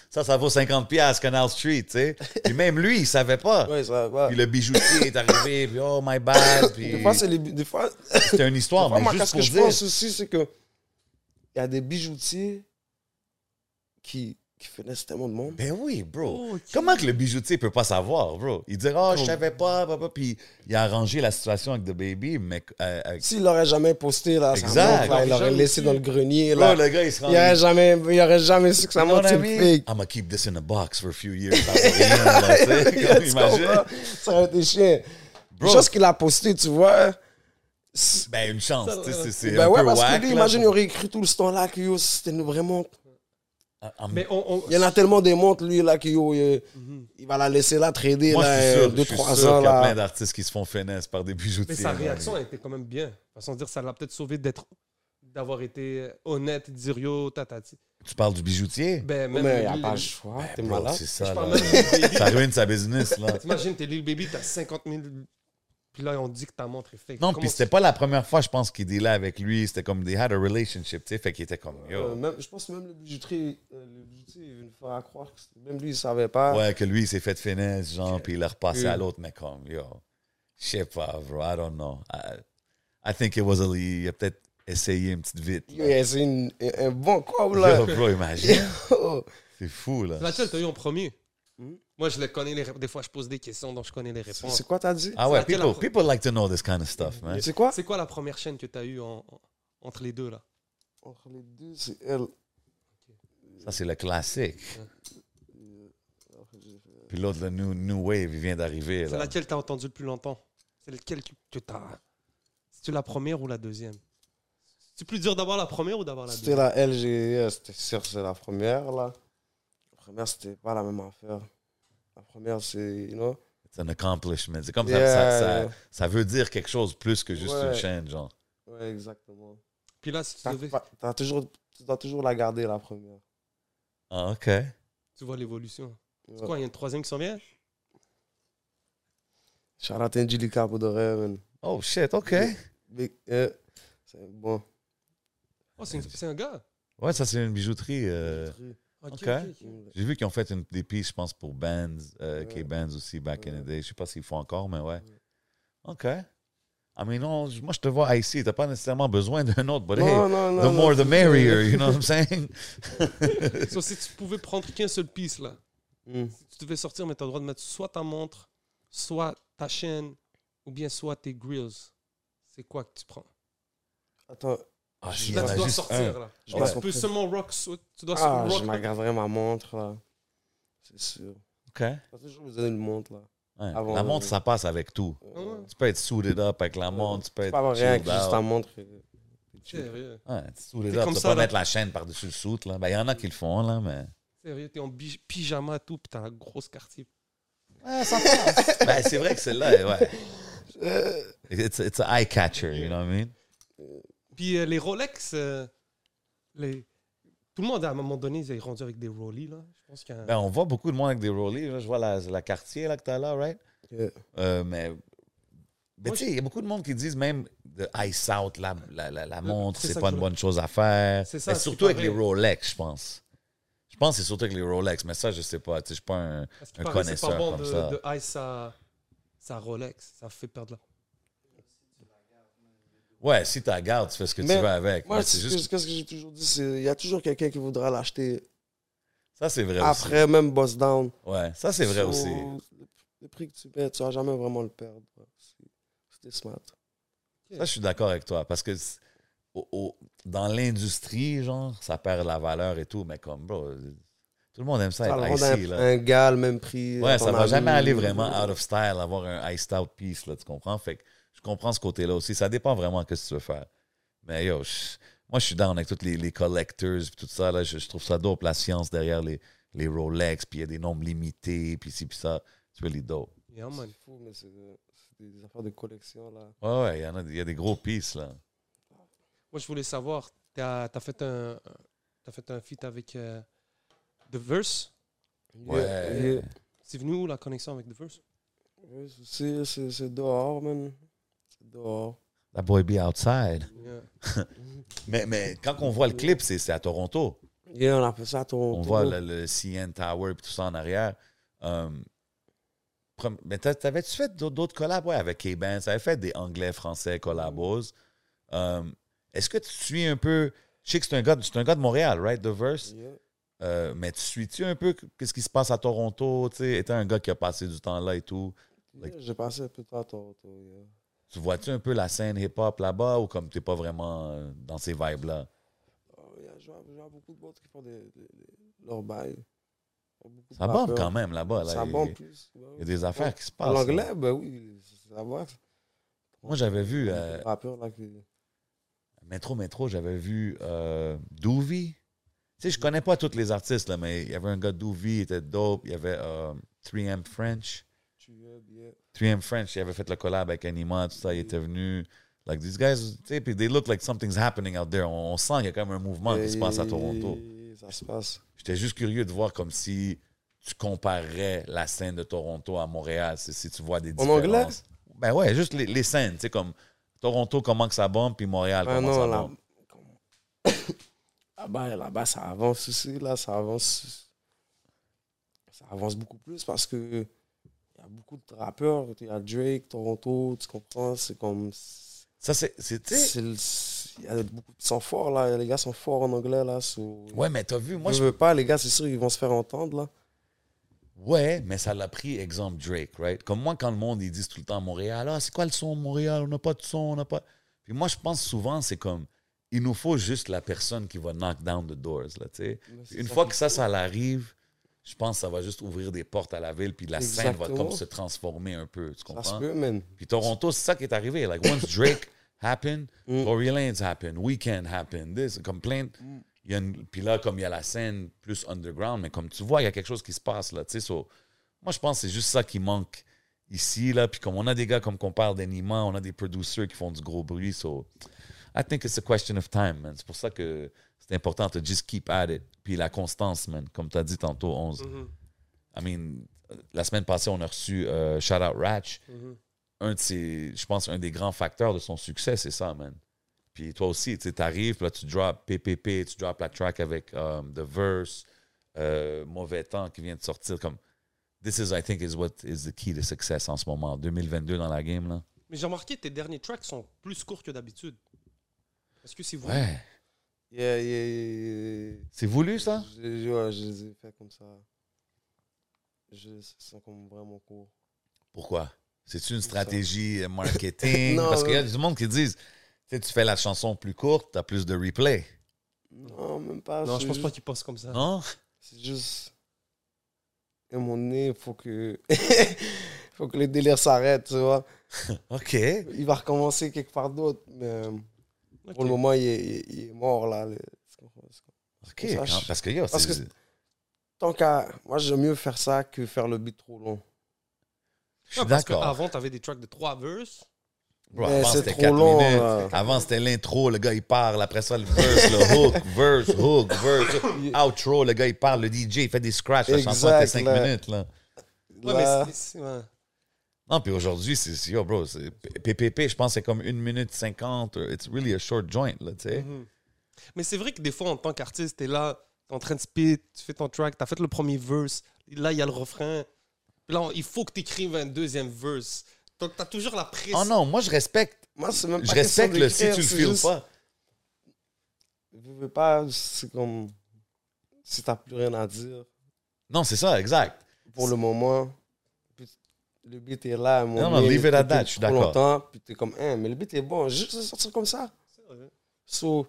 ça, ça vaut 50 pièces Canal Street, tu sais. Puis même lui, il savait pas.
Ouais, ça va.
Puis le bijoutier est arrivé, puis oh, my bad, puis
Des fois, c'est les. Des fois,
c'était une histoire,
Moi,
mais
moi,
juste
qu'est-ce
pour
que je
dire...
pense aussi, c'est que il y a des bijoutiers qui, qui finissent tellement de monde.
Ben oui, bro.
Oh,
Comment que le bijoutier peut pas savoir, bro? Il dit, oh, je savais pas, papa. Puis il a arrangé la situation avec The Baby, mais euh, avec-
S'il l'aurait jamais posté, là, sa
Exact.
montre, là, il l'aurait
Jamais
laissé
su.
dans le grenier,
Bro,
là.
le gars, il se rend.
Il aurait jamais, il aurait jamais su que sa montre, c'est une fake.
I'm gonna keep this in a box for a few years. Ça vaut rien, là, tu sais, comme,
Tu
imagine.
comprends? Ça aurait été chiant.
Bro.
Chose qu'il a posté, tu vois. c'est-
Ben, une chance. tu sais, c'est- C'est
Ben
un
ouais,
peu
parce
whack.
que lui,
là.
imagine, il aurait écrit tout ce temps-là que yo, c'était nous vraiment.
Ah, ah,
Mais on, on-
Il y en a tellement des montres, lui, là, que yo, il, il va la laisser là, trader,
Moi, je suis
là,
sûr, je suis
2-3
sûr
ans,
qu'il y a plein
là.
d'artistes qui se font finesse par des bijoutiers.
mais sa
man.
réaction a été quand même bien. De toute façon, dire, ça l'a peut-être sauvé d'être d'avoir été honnête, dire yo, tatati.
Tu parles du bijoutier?
Ben, même
Mais il n'y a
Lil-
pas le choix, t'es
Ben, Bro,
malade.
C'est
Je
ça,
parle
là.
même de Lil Baby.
Ça ruine sa business, là.
T'imagines, t'es Lil Baby, t'as 50 000. Puis là, on dit que ta montre est fake.
Non,
Comment
puis
tu-
c'était pas la première fois, je pense, qu'il dealait avec lui. C'était comme, they had a relationship, tu sais. Fait qu'il était comme,
Euh,
yo.
même, je pense même le bijoutier, euh, le bijoutier, il veut nous faire à croire que c'est- même lui, il savait pas.
Ouais, que lui, il s'est fait finesse, genre, puis il l'a repassé
Euh.
à l'autre, mais comme, yo. Je sais pas, bro. I don't know. I, I think it was a. Il a peut-être essayé une petite vite.
Yo,
là.
il a essayé une- un- un bon corps,
Yo,
là. Oh.
bro, imagine.
Yo.
C'est fou, là.
Laquelle t'as eu en premier
Hmm?
Moi, je les connais. Les... ré- Des fois, je pose des questions, donc je connais les
C'est
réponses.
c'est quoi t'as dit?
Ah ouais,
laquelle
people,
la-
people like to know this kind of stuff, man.
C'est quoi?
C'est quoi la première chaîne que t'as eu en- en- entre les deux, là
Entre les deux, c'est elle.
Ça, c'est le classique.
Euh,
Puis l'autre, le new, new Wave, il vient d'arriver,
C'est
là.
laquelle t'as entendu le plus longtemps C'est laquelle que que t'as. C'est-tu la première ou la deuxième C'est plus dur d'avoir la première ou d'avoir la
C'était
deuxième
la LGE, c'était sûr, c'est la première, là. La première, c'était pas la même affaire. La première, c'est, you know.
C'est un accomplishment. C'est comme ça,
Yeah,
ça, ça,
yeah.
ça veut dire quelque chose plus que juste
Ouais.
une chaîne, genre.
Ouais, exactement.
Puis là, si tu,
T'as
devais-
pas- t'as toujours, tu dois toujours la garder, la première.
Ah, OK.
tu vois l'évolution.
Ouais.
C'est quoi, il y a une troisième qui s'en vient
Charlotte Angelica, pour de rêve, man.
Oh, shit, OK.
Big- euh, c'est bon.
Oh, c'est une- c'est un gars
Ouais, ça, c'est une bijouterie. euh,
Ok,
Ok.
ok, ok.
J'ai vu qu'ils ont fait une, des pistes, je pense, pour bands, euh,
Ouais.
K-Bands aussi, back in
Ouais.
the day. Je sais pas s'ils font encore, mais ouais.
Ouais.
OK. Ah, mais non, j- moi, je te vois ici. T'as pas nécessairement besoin d'un autre, but hey,
Non, non, non.
the
non.
more the merrier, you know what I'm saying?
So, si tu pouvais prendre qu'un seul piece, là,
Mm.
si tu devais sortir, mais tu as le droit de mettre soit ta montre, soit ta chaîne, ou bien soit tes grills. C'est quoi que tu prends
Attends,
Ah,
Je
s'il y
Là,
en
tu
a
dois
juste
sortir,
un.
là.
je
Ouais.
m'en
Tu peux
comprends.
seulement rock. so- Tu dois
Ah,
seulement
je
rock.
m'aggraverai ma montre, là. C'est sûr.
OK. Ouais.
Parce que je vous donne une montre, là. Ah bon,
la
ouais.
montre, ça passe avec tout.
Euh,
Tu peux être suited up avec la montre, tu peux
C'est
être
pas avoir rien
chilled
que juste
out.
ta montre. euh, chill.
Sérieux.
Ouais, tu saoules
T'es
là,
comme
tu vas
ça,
pas
là.
mettre la chaîne par-dessus le soute, là. Ben, il y en a qui le font, là, mais.
Sérieux, t'es en bij- pyjama, tout, puis t'as un gros quartier.
Ouais, ça passe. ben, c'est vrai que celle-là, ouais.
Euh.
It's, it's an eye catcher, you know what I mean?
Puis euh, les Rolex, euh, les... tout le monde, à un moment donné, ils sont rendus avec des Rollies, là. Je pense qu'il y a un-
Ben, on voit beaucoup de monde avec des rollies. Là. Je vois la, la quartier, là, que t'as là, right?
Yeah.
Euh, mais. Mais
Moi,
tu sais, il y a beaucoup de monde qui disent même de Ice Out, la, la, la, la montre,
c'est
c'est
ça
pas
que
une
je-
bonne chose à faire.
C'est ça,
Mais
c'est
surtout avec
pas
les
vrai.
Rolex, je pense. Je pense que c'est surtout avec les Rolex, mais ça, je sais pas. Tu sais, je suis pas un.
Parce qu'il
un
paraît que c'est pas
connaisseur
bon
comme
de,
ça.
de ice à, sa Rolex. Ça fait perdre la.
Ouais, si t'as la garde, tu fais ce que
Mais
tu veux avec.
Moi,
Mais
c'est
c'est juste.
juste ce que j'ai toujours dit, c'est il y a toujours quelqu'un qui voudra l'acheter
Ça, c'est vrai aussi.
après, même boss down.
Ouais, ça c'est vrai
So,
aussi.
le- Le prix que tu mets, tu vas jamais vraiment le perdre. C'est- C'était smart.
Ça, je suis d'accord avec toi. Parce que c'est- au- au- dans l'industrie, genre, ça perd la valeur et tout, mais comme, bro, tout le monde aime ça
Ça le
être
rend
icy,
un,
là.
un gars, le même prix. à
Ouais, ça
ton
va
ami. euh,
jamais aller vraiment out of style, avoir un iced out piece, là, tu comprends? Fait que je comprends ce côté-là aussi. Ça dépend vraiment de ce que tu veux faire. Mais yo, je- Moi, je suis down avec tous les, les collectors puis tout ça. Là, je, je trouve ça dope, la science derrière les, les Rolex, puis il y a des nombres limités, puis ci, puis ça. C'est really dope.
Yeah, man.
C'est fou, mais c'est de- c'est des affaires de collection, là.
Ouais, ouais, il y, en a, il y a des gros pieces, là.
Moi, je voulais savoir, t'as as fait un, t'as fait un feat avec euh, The Verse.
Ouais.
Yeah, yeah.
C'est venu où la connexion avec The Verse
Ouais, c'est- c'est- C'est c'est dehors, man. C'est dehors.
That boy be outside.
Yeah.
Mais, mais quand on voit le clip, c'est c'est à Toronto.
Yeah, on a fait ça à Toronto.
On voit le, le CN Tower puis tout ça en arrière. Euh, prom- mais t'a- t'avais-tu fait d'autres d'autres collabs ouais, avec K-Ban? T'avais fait des Anglais-Français collabos. Euh, Est-ce que tu suis un peu... Je sais que c'est un, gars de- c'est un gars de Montréal, right, The Verse?
Yeah.
Euh, mais tu suis-tu un peu qu'est-ce qui se passe à Toronto? Tu sais, étant un gars qui a passé du temps là et tout, Like-
Yeah, J'ai passé un peu de temps à Toronto, yeah.
tu vois-tu un peu la scène hip-hop là-bas ou comme t'es pas vraiment euh, dans ces vibes-là?
Oh, yeah, je vois je vois beaucoup de monde qui font des, des- des- leurs bails. Beaucoup de
Ça bombe
rappeurs.
quand même là-bas. là.
Ça
Il-
bombe plus. bah
Il y a des affaires qui se
En
passent. là.
anglais, ben oui, ça va.
Moi, j'avais vu euh,
Les rappeurs, là, qui...
Métro Métro, j'avais vu euh, Doovy. Tu sais, je connais pas tous les artistes, là, mais il y avait un gars Doovy, il était dope. Il y avait euh, 3M French.
Tu es bien.
3M French, il avait fait le collab avec Anima, tout ça, il était venu. Like, these guys, tu sais, puis they look like something's happening out there. On, on sent qu'il y a comme un mouvement qui se passe à Toronto.
Et Ça se passe.
J'étais juste curieux de voir comme si tu comparerais la scène de Toronto à Montréal, si, si tu vois des différences.
anglais?
Ben ouais, juste les, les scènes, tu sais, comme Toronto, comment que ça bombe, puis Montréal,
Ah
comment
non,
ça
là.
bombe.
comme- Là-bas, là-bas, ça avance aussi, là, ça avance. Ça avance beaucoup plus parce que il y a beaucoup de rappeurs. Il y a Drake, Toronto, tu comprends? C'est comme.
Ça, c'est, c'est- tu sais,
c'est le- Il y a beaucoup. Ils sont forts, là. Les gars sont forts en anglais, là. so-
ouais, mais t'as vu, moi,
je
je,
veux pas, les gars, c'est sûr, ils vont se faire entendre, là.
ouais, mais ça l'a pris, exemple, Drake, right? Comme moi, quand le monde, ils disent tout le temps Montréal, ah, c'est quoi le son de Montréal? On n'a pas de son, on n'a pas... Puis moi, je pense souvent, c'est comme, il nous faut juste la personne qui va knock down the doors, là, tu sais.
Mais c'est
Une
ça
fois
qui-
que ça, ça l'arrive, je pense que ça va juste ouvrir des portes à la ville, puis la scène va
Exactement.
comme se transformer un peu, tu
Ça se
comprends?
peut, man.
Puis Toronto, c'est ça qui est arrivé. Like, once Drake happened,
Mm.
Tory Lanez happened, Weekend happened, this, comme plein. de-
Mm.
il y a une- Puis là, comme il y a la scène plus underground, mais comme tu vois, il y a quelque chose qui se passe là, tu sais. so, moi, je pense que c'est juste ça qui manque ici, là. Puis comme on a des gars, comme qu'on parle d'anima, on a des producers qui font du gros bruit, so... I think it's a question of time, man. C'est pour ça que c'est important to just keep at it. Puis la constance, man, comme tu as dit tantôt, 11.
Mm.
Mhm,
I mean, la semaine passée, on a reçu euh, Shout Out Ratch.
mhm.
Un de ses, je pense, un des grands facteurs de son succès, c'est ça, man. Puis toi aussi, tu sais, t'arrives, puis là, tu drops PPP, tu drops la track avec euh, The Verse, euh, Mauvais Temps qui vient de sortir. Comme, this is, I think, is what is the key to success en ce moment, 2022 dans la game, là.
Mais j'ai remarqué tes derniers tracks sont plus courts que d'habitude. Est-ce que c'est vous
Ouais.
Yeah, yeah, yeah, yeah.
C'est voulu, ça?
Je, je- ouais, je les ai fait comme ça. Je sens comme vraiment court.
Pourquoi? C'est une stratégie euh, marketing?
Non,
Parce qu'il y a
non.
du monde qui disent, tu sais, tu fais la chanson plus courte, t'as plus de replay.
Non, même pas.
Non, je
c'est
pense pas
juste-
qu'ils passent comme ça.
Non?
C'est juste. À un moment donné, il faut que. faut que le délire s'arrête, tu vois.
OK.
Il va recommencer quelque part d'autre, mais euh,
Ok.
pour le moment, il est, il est- il est mort, là. le- tu comprends? C'est comme-
OK.
Ça,
quand-
je-
parce que, yo,
parce
c'est-
que- Tant qu'à. Moi, j'aime mieux faire ça que faire le beat trop long.
je suis
Ouais, Ah, parce que
d'accord.
Avant, t'avais des tracks de trois verses.
Bro,
Mais
avant,
ben, c'est
c'était
trop
4
long, hein.
minutes.
là.
Avant, c'était l'intro, le gars, il parle. Après ça, le verse, le hook, verse, hook, verse,
Ah,
outro. Le gars, il parle. Le DJ, il fait des scratchs. La chanson,
Exact,
était 5
là.
minutes, là.
Ouais,
Là,
mais c'est- c'est- ouais.
Non, puis aujourd'hui, c'est c'est- yo, bro, c'est P- PPP, je pense que c'est comme 1 minute 50. It's really a short joint, là, tu
Mm.
sais.
Mhm. Mais c'est vrai que des fois, en tant qu'artiste, t'es là, t'es en train de spit, tu fais ton track, t'as fait le premier verse, là, il y a le refrain. Puis là, on- il faut que t'écrives un deuxième verse. Donc, t'as toujours la pression.
Oh non, moi, je respecte.
Moi, c'est même pas
Je
question
respecte le si
d'écrire,
tu le
c'est
files
juste-
pas.
Je veux pas, c'est comme. Si t'as plus rien à dire
Non, c'est ça, exact.
pour le moment, puis le beat est là. à un moment
non,
donné,
leave it at
t'écoutes
that, je suis
trop
d'accord.
longtemps, Puis t'es comme, hein, mais le beat est bon, juste le sortir comme ça. So,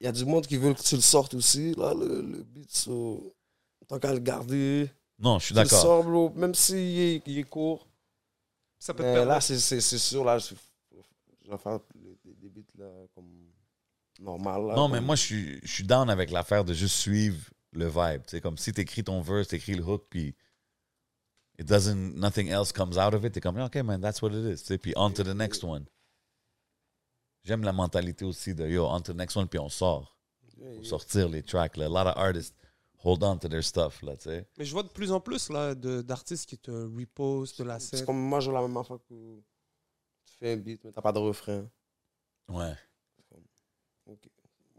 il y a du monde qui veut que tu le sortes aussi, là, le, le beat. So, tant qu'à le garder,
Non, je suis
tu le
d'accord.
sors, bro, même s'il est, il est court.
Ça peut te
Mais là,
permettre.
c'est c'est- c'est sûr, là, je, je vais faire des, des beats, là, comme. normal. Là,
Non,
comme-
mais moi, je suis, je suis down avec l'affaire de juste suivre le vibe. C'est comme si t'écris ton verse, t'écris le hook, puis it doesn't, nothing else comes out of it. T'es comme, OK, man, that's what it is. T'sais, Puis on to the next one. J'aime la mentalité aussi de, yo, on to the next one, puis on sort.
Yeah,
Pour
yeah.
sortir les tracks. Là. A lot of artists hold on to their stuff, là, tu sais.
Mais je vois de plus en plus là, de- d'artistes qui te repostent de la
C'est
scène.
comme moi, je joue la même affaire que tu fais un beat, mais t'as pas de refrain.
Ouais.
Ok.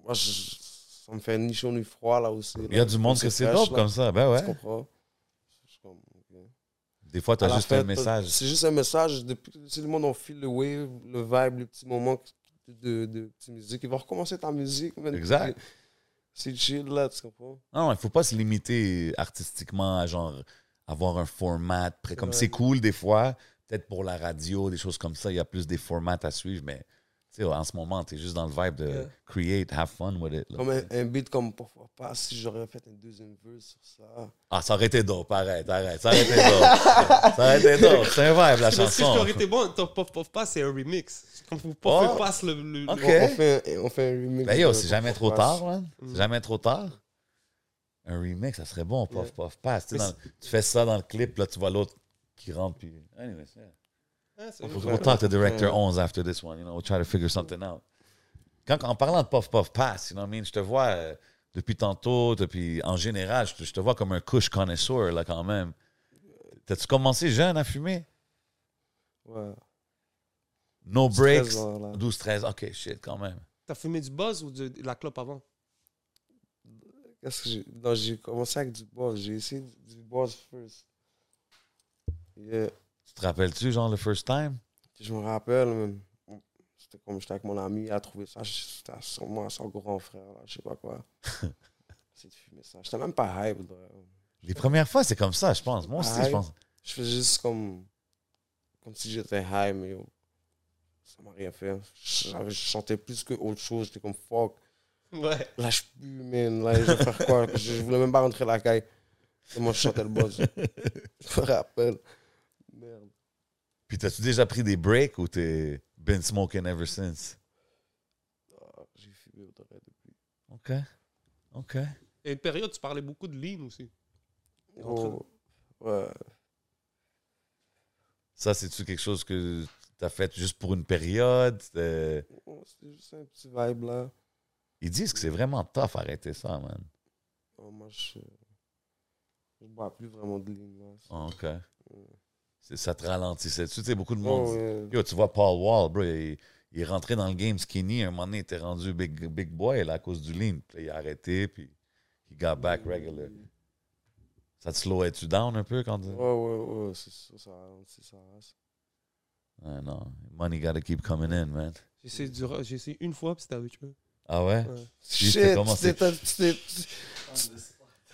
Moi, je, ça me fait ni chaud ni froid là aussi.
Il y a du monde que c'est dope comme ça. Ben
Tu
ouais.
comprends? Je suis comme, ok.
Des fois,
À
t'as
la
juste
fin,
un message.
C'est juste un message. Depuis, si le monde, on file le wave, le vibe, le petit moment de, de, de petite musique. Ils vont recommencer ta musique. man.
Exact.
C'est c'est chill, là, tu comprends?
Non, il faut pas se limiter artistiquement à genre avoir un format près. Comme
vrai.
c'est cool des fois, peut-être pour la radio, des choses comme ça, il y a plus des formats à suivre, mais tu sais, en ce moment, tu es juste dans le vibe de
Yeah.
create, have fun with it. là.
Comme un, un beat, comme pourquoi pas si j'aurais fait un deuxième verse sur ça.
Ah, ça aurait été dope, arrête, arrête, ça aurait été dope. ça aurait été dope, c'est un vibe la
Parce que ce qui
chanson.
aurait été bon, ton Puff Puff Pass, c'est un remix. C'est Comme Puff
Oh.
Puff Pass, le. le-
Ok.
On, on fait un, on fait un remix.
Ben yo,
de-
c'est jamais trop
Puff
tard,
Pass.
man. C'est
Mm.
jamais trop tard. Un remix, ça serait bon, puff,
Yeah.
puff, pass. Tu sais,
Mais
dans- tu fais ça dans le clip, là, tu vois l'autre qui rentre, puis. Anyways, yeah.
Ah, c'est-
We'll, we'll talk to Director 11 after this one. You know, we'll try to figure something out. Quand, en parlant de Puff Puff Pass, you know what I mean, je te vois euh, depuis tantôt, depuis en général, je te, je te vois comme un couche connaisseur là quand même. T'as-tu commencé jeune à fumer?
Ouais.
No
13
breaks?
ans, là.
12-13, ok, shit, quand même.
T'as fumé du buzz ou de, de la clope avant
Qu'est-ce que j'ai. Non, j'ai commencé avec du boss. J'ai essayé du, du boss first. Yeah.
Tu te rappelles-tu, genre, le first time?
Je me rappelle, même. C'était comme j'étais avec mon ami, il a trouvé ça. C'était sûrement son grand frère, là, je sais pas quoi. C'est de fumer ça. J'étais même pas hype. là.
Les premières fois, c'est comme ça, je pense. Moi aussi, je
Aïe.
pense.
Je faisais juste comme. Comme si j'étais high, mais yo, ça m'a rien fait. J'avais- Je chantais plus que autre chose. J'étais comme fuck.
Ouais.
Lâche plus, man. Là, je vais faire quoi je, je voulais même pas rentrer à la caille. Et moi, je chantais le boss. je me rappelle. Merde.
Puis t'as-tu déjà pris des breaks ou t'es been smoking ever since?
Ah, J'ai fumé au doré depuis.
Ok. Ok.
Il y a une période, tu parlais beaucoup de lean aussi.
Oh, ouais.
Ça, c'est-tu quelque chose que t'as fait juste pour une période? Euh,
Oh, C'était juste un petit vibe là.
Ils disent que c'est vraiment tough arrêter ça, man.
Oh, moi, je. Je bois plus vraiment de ligne là. Oh,
Ah, OK. C'est- Ça te ralentissait. Tu sais, beaucoup de monde.
Oh,
dit-
ouais.
Yo, tu vois Paul Wall, bro, il, il est rentré dans le game skinny. Un moment donné, il était rendu big, big boy là, à cause du lean. Puis là, il a arrêté, puis he got back regular. Ça te slowait-tu down un peu quand tu...
Ouais, ouais, ouais, c'est ça, ça, c'est ça.
Ah, non. Money gotta keep coming in, man.
J'ai essayé, du rock- j'ai essayé une fois, puis c'était avec eux.
Ah ouais?
Ouais.
Shit,
Shit,
t'as commencé-
tu t'es- tu t'es- tu-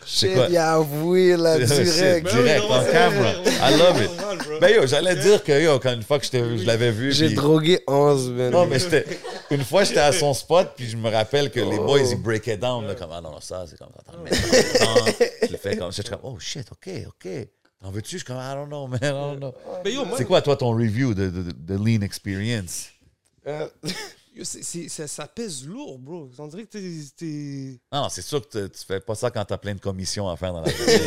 C'est
Shit,
quoi?
il a avoué là,
Shit,
Ah, direct.
Ben oui, Direct, non, en c'est- camera. I love it. Ben yo, j'allais dire que yo, quand une fois que je t'ai- je l'avais vu,
J'ai
puis-
drogué 11, man.
Non, mais j'étais. Une fois, j'étais à son spot, puis je me rappelle que les
Oh.
boys, ils breakaient down, là, comme, ah non, non, ça, c'est comme, attends, mais attends, je le fais comme ça. Je suis comme, oh shit, ok, ok. T'en veux-tu? Je suis comme, I don't know, man, I don't know.
Ben yo, moi,
C'est quoi, toi, ton review de, de, de Lean Experience?
Euh,
yo, c'est- c'est- ça, ça pèse lourd, bro. On dirait que t'es- t'es.
Non, non, c'est sûr que tu- tu fais pas ça quand t'as plein de commissions à faire dans la journée.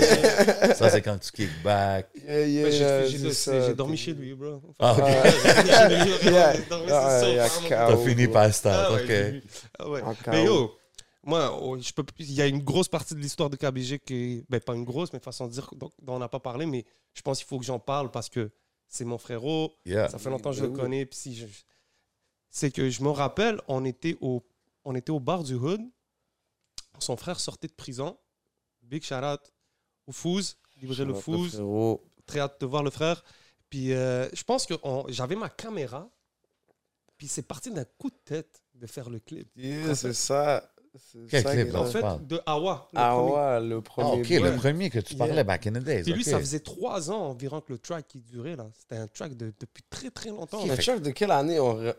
ça, c'est quand tu kick back.
yeah, yeah,
Ouais, j'ai-
yeah,
j'ai-
c'est ça,
J'ai j'ai dormi
t'es-
chez lui, bro.
Ah, ok.
Ah,
J'ai dormi chez lui, j'ai
Yeah.
dormi sur
Ah,
le
yeah,
sofa, mon
cow.
T'as
ouais,
fini
ouais.
par
Ah
start,
ouais, j'ai
ok.
vu. Ah ouais.
En
Mais
chaos.
yo, moi, oh, je peux, plus- il y a une grosse partie de l'histoire de KBG qui est, ben, pas une grosse, mais façon de dire, dont dont on n'a pas parlé, mais je pense qu'il faut que j'en parle parce que c'est mon frérot,
Yeah.
ça fait longtemps que je
Ben
le
oui.
connais. puis si je- C'est que je me rappelle, on était, au, on était au bar du Hood, son frère sortait de prison, big shout out au Fouz, livrer le
Shout out
Fouz,
frérot.
très hâte de voir le frère. Puis euh, je pense que on- j'avais ma caméra, puis c'est parti d'un coup de tête de faire le clip.
Yeah, c'est ça. c'est
Quel
ça
clip,
que-
là?
En fait,
parle.
de Awa. le
Ah
premier.
ouais, le
Ah,
premier.
ok,
beat.
le premier que tu parlais
Yeah.
back in the days.
Puis lui,
ok.
ça faisait trois ans environ que le track qui durait là. C'était un track de, depuis très très longtemps.
Le track de quelle année on... re-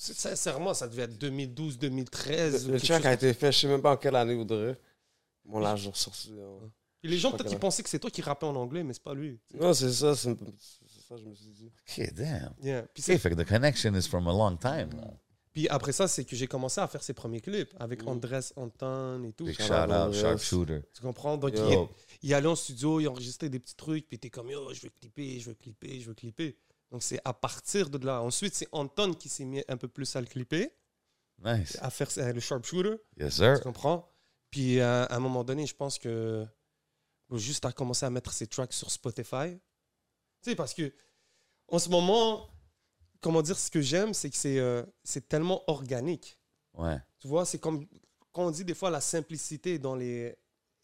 C'est- Sincèrement, ça devait être 2012, 2013. ou
Le
quelque
track
chose.
a été fait, je sais même pas en quelle année, Audrey. Bon, là, je ressorti. hein.
Puis les gens
je crois
peut-être
que-
ils pensaient que c'est toi qui rappais en anglais, mais c'est pas lui.
Non, c'est ça, c'est c'est ça, je me suis dit.
Ok, damn.
Yeah. Puis,
Ok,
c'est-
fait que the connection is from a long time. là.
puis Puis après ça, c'est que j'ai commencé à faire ses premiers clips avec
Mm.
Andrés Anton et tout.
Big
shout-out,
shout out,
Andreas.
sharpshooter.
Tu comprends? Donc,
Yo.
il, est- il allait en studio, il enregistrait des petits trucs, puis t'es comme, yo, je veux clipper, je veux clipper, je veux clipper. Donc, c'est à partir de là. Ensuite, c'est Anton qui s'est mis un peu plus à le clipper,
Nice.
à faire euh, le sharpshooter.
Yes, sir.
Tu comprends? Puis euh, à, à un moment donné, je pense que juste à commencer à mettre ses tracks sur Spotify. Tu sais, parce que en ce moment, comment dire, ce que j'aime, c'est que c'est euh, c'est tellement organique.
Ouais.
Tu vois, c'est comme quand on dit des fois la simplicité dans les.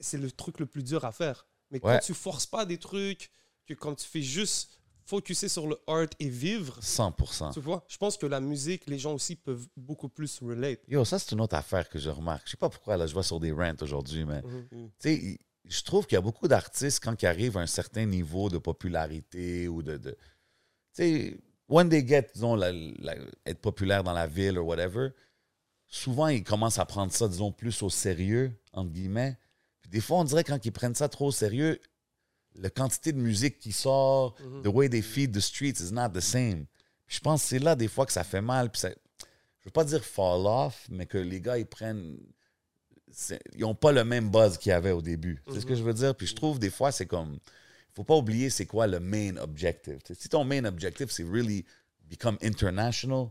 C'est le truc le plus dur à faire. Mais
Ouais.
quand tu forces pas des trucs, que quand tu fais juste focuser sur le art et vivre,
100%.
tu vois, je pense que la musique, les gens aussi peuvent beaucoup plus relate.
Yo, ça, c'est une autre affaire que je remarque. Je sais pas pourquoi, là, je vois sur des rants aujourd'hui, mais
Mhm.
tu sais, il- je trouve qu'il y a beaucoup d'artistes quand ils arrivent à un certain niveau de popularité ou de. de tu sais, when they get, disons, la- la- être populaire dans la ville ou whatever, souvent ils commencent à prendre ça, disons, plus au sérieux, entre guillemets. Puis des fois, on dirait quand ils prennent ça trop au sérieux, la quantité de musique qui sort,
Mhm.
the way they feed the streets is not the same. Puis je pense que c'est là des fois que ça fait mal. Puis ça, je veux pas dire fall off, mais que les gars, ils prennent. c'est- Ils n'ont pas le même buzz qu'il y avait au début. C'est ce que je veux dire. Puis je trouve des fois, c'est comme. faut pas oublier c'est quoi le main objective. Tu sais, si ton main objective, c'est really become international,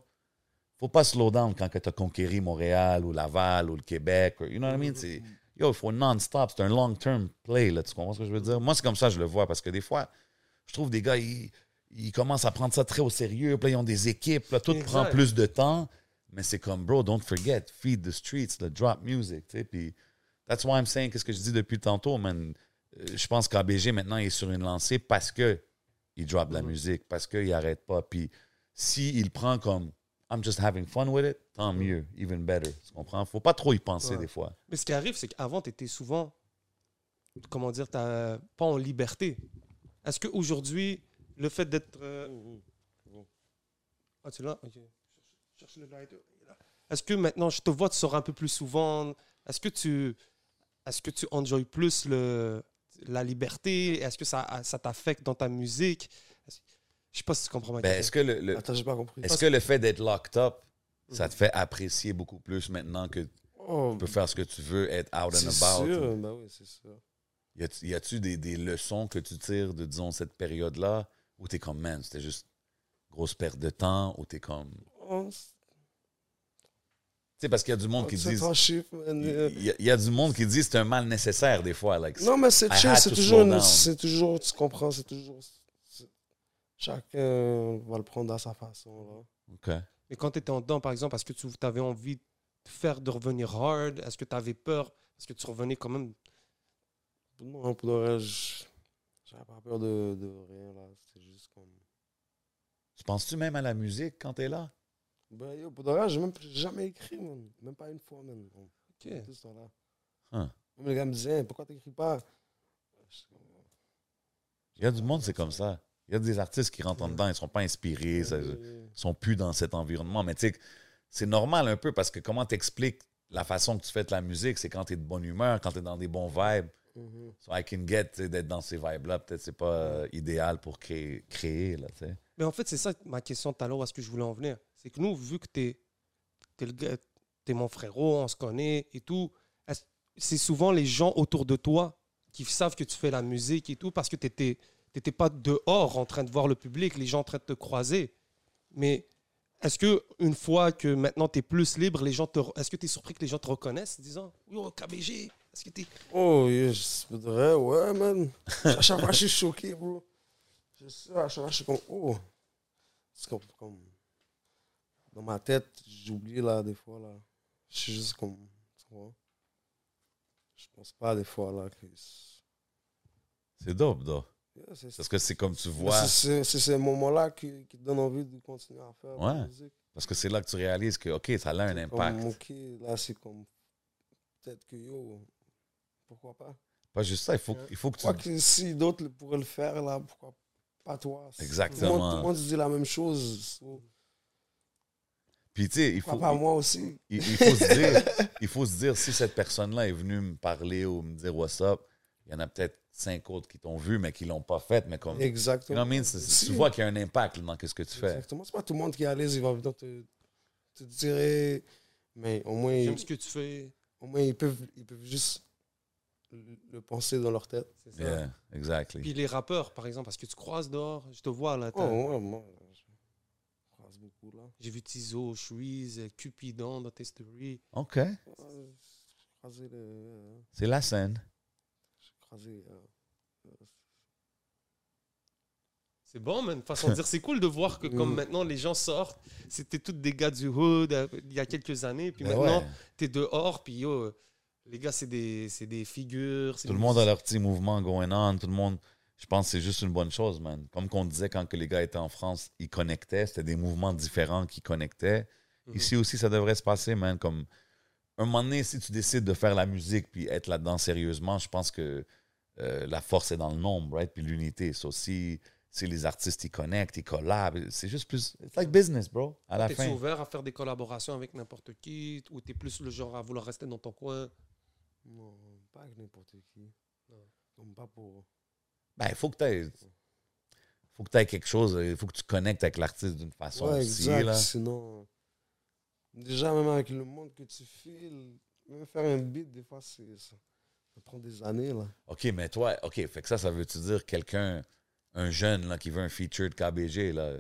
faut pas slow down quand tu as conquéri Montréal ou Laval ou le Québec. Ou, you know what I mean? C'est- Yo, il faut non-stop. C'est un long-term play. Là, tu comprends ce que je veux dire? Moi, c'est comme ça que je le vois parce que des fois, je trouve des gars, ils, ils commencent à prendre ça très au sérieux. Puis là, ils ont des équipes. Là, tout
Exact.
prend plus de temps. Mais c'est comme, bro, don't forget, feed the streets, le drop music. Tu sais, puis that's why I'm saying, qu'est-ce que je dis depuis tantôt, man. Euh, Je pense qu'ABG, maintenant, il est sur une lancée parce que il drop de la
Mm.
Mhm.
musique, parce qu'il n'arrête pas. Puis s'il prend comme, I'm just having fun with it,
Mm.
tant mieux, even better. Tu comprends? Faut pas trop y penser
Ouais.
des fois.
Mais ce qui arrive, c'est qu'avant, tu étais souvent, comment dire, t'as- pas en liberté. Est-ce qu'aujourd'hui, le fait d'être. euh, Ah, tu l'as Ok. Cherche le lighter. Il est là. Est-ce que maintenant, je te vois, tu sors un peu plus souvent Est-ce que tu. Est-ce que tu enjoys plus le, la liberté Est-ce que ça, ça t'affecte dans ta musique Est-ce- Je sais pas si tu comprends ma
Ben, est-ce
question.
que le, le-
Attends, j'ai pas compris.
est-ce que le fait d'être locked up,
Mm.
ça te fait apprécier beaucoup plus maintenant que tu
Oh,
peux faire ce que tu veux, être out
c'est
and about?
euh,
sûr, ben oui, c'est sûr.
Y a-tu- Y a-tu des, des leçons que tu tires de, disons, cette période-là où t'es comme, man, c'était juste grosse perte de temps, ou t'es comme. Tu
Oh, c'est-
sais, parce qu'il y a du monde qui
c'est
dit.
ton chiffre, man. Euh,
Il y, a- il y a du monde qui dit c'est un mal nécessaire des fois, like,
Non, mais c'est
I
chill,
had
c'est
to
toujours,
slow
une-
down.
c'est toujours, tu comprends, c'est toujours. c'est- Chacun va le prendre à sa façon. Là.
OK.
Mais quand tu étais en dedans, par exemple, est-ce que tu avais envie de faire de revenir hard Est-ce que tu avais peur Est-ce que tu revenais quand même
Non, pour le reste, je- j'avais pas peur de, de rien. là. C'était juste comme.
Tu penses-tu même à la musique quand t'es là?
Ben, yo, pour le reste, j'ai même j'ai jamais écrit, man. Même pas une fois, man. On-
Ok.
Tout ça, là.
Hein.
Même les gars me disaient, Hey, pourquoi t'écris pas Je suis comme,
Il y a du monde, c'est comme ça. Il y a des artistes qui rentrent en dedans, ils sont pas inspirés, ça- ils sont plus dans cet environnement. Mais tu sais, c'est normal un peu parce que comment t'expliques la façon que tu fais de la musique, c'est quand t'es de bonne humeur, quand t'es dans des bons vibes.
Mhm.
So I can get tu sais, d'être dans ces vibes-là. Peut-être c'est pas euh, idéal pour créer, créer là, tu sais.
Mais en fait, c'est ça ma question tout à l'heure, où est-ce que je voulais en venir. C'est que nous, vu que t'es es, mon frérot, on se connaît et tout, est-ce- c'est souvent les gens autour de toi qui savent que tu fais la musique et tout, parce que t'étais t'étais pas dehors en train de voir le public, les gens en train de te croiser. Mais est-ce que une fois que maintenant tu es plus libre, les gens te re- est-ce que tu es surpris que les gens te reconnaissent en disant Yo, KBG, est-ce que t'es-
Oh, yo, je voudrais, ouais, man. À chaque fois, je suis choqué, bro. Je suis à chaque fois, je suis comme, oh. C'est comme, comme. Dans ma tête, j'oublie, là, des fois, là. Je suis juste comme. Tu vois? Je pense pas, des fois, là, que.
C'est dope, dope.
Yeah, c'est-
Parce que c'est comme tu
Mais
vois,
c'est- C'est c'est ces moments-là qui, qui te donnent envie de continuer à faire de
Ouais.
la musique.
parce que c'est là que tu réalises que, OK, ça a un
C'est
impact.
Comme, ok, là, c'est comme. Peut-être que, yo, pourquoi pas?
Pas juste ça, il faut, il faut que tu.
Quoi que si d'autres le- pourraient le faire, là, pourquoi pas toi? c'est- Tout le monde- tout le
Exactement.
monde se dit la même chose. so,
Puis tu sais, il
Pourquoi
faut,
pas moi aussi?
il, il faut se dire, il faut se dire, si cette personne-là est venue me parler ou me dire what's up, il y en a peut-être cinq autres qui t'ont vu, mais qui l'ont pas fait. Mais comme. You know
Exactement.
what I mean? C'est- c'est-
Si.
Tu vois qu'il y a un impact dans ce que tu fais.
Exactement. C'est pas tout le monde qui est à l'aise, il va venir te, tu te dirais. Mais au moins,
J'aime
ils,
ce que tu fais.
au moins ils, peuvent, ils peuvent juste le le penser dans leur tête.
C'est ça.
Yeah, exactly.
Puis les rappeurs, par exemple, parce que tu croises dehors, je te vois là.
Oh,
t'as-
ouais, moi, je croise beaucoup là.
J'ai vu Tizo, Shreeze, euh, Cupidon dans tes stories.
OK.
Ouais, J'ai croisé le. euh,
C'est la scène.
J'ai croisé. euh, euh,
C'est bon, man. Façon de dire, c'est cool de voir que comme
Mm.
maintenant les gens sortent, c'était tous des gars du hood euh, il y a quelques années, puis
Ben
maintenant
ouais.
t'es dehors, puis yo, euh, les gars c'est des, c'est des figures. c'est
Tout le
des-
monde a leur petit mouvement going on. Tout le monde, je pense que c'est juste une bonne chose, man. Comme qu'on disait quand que les gars étaient en France, ils connectaient. C'était des mouvements différents qui connectaient.
Mhm.
Ici aussi, ça devrait se passer, man. Comme un moment donné, si tu décides de faire la musique puis être là-dedans sérieusement, je pense que euh, la force est dans le nombre, right? Puis l'unité. C'est aussi si les artistes ils connectent, ils collabent. C'est juste plus. It's like business, bro. À la
Ah, T'es
fin.
ouvert à faire des collaborations avec n'importe qui, ou t'es plus le genre à vouloir rester dans ton coin.
Non, pas avec n'importe qui.
Non.
Comme pas pour.
Ben, il faut que tu aies. Faut que tu quelque chose, il faut que tu connectes avec l'artiste d'une façon
Ouais,
aussi.
exact.
là.
Sinon, déjà, même avec le monde que tu files, même faire un beat, des fois, c'est, ça, ça prend des années. Là.
OK, mais toi, OK, fait que ça, ça veut-tu dire quelqu'un, un jeune là, qui veut un feature de KBG, là,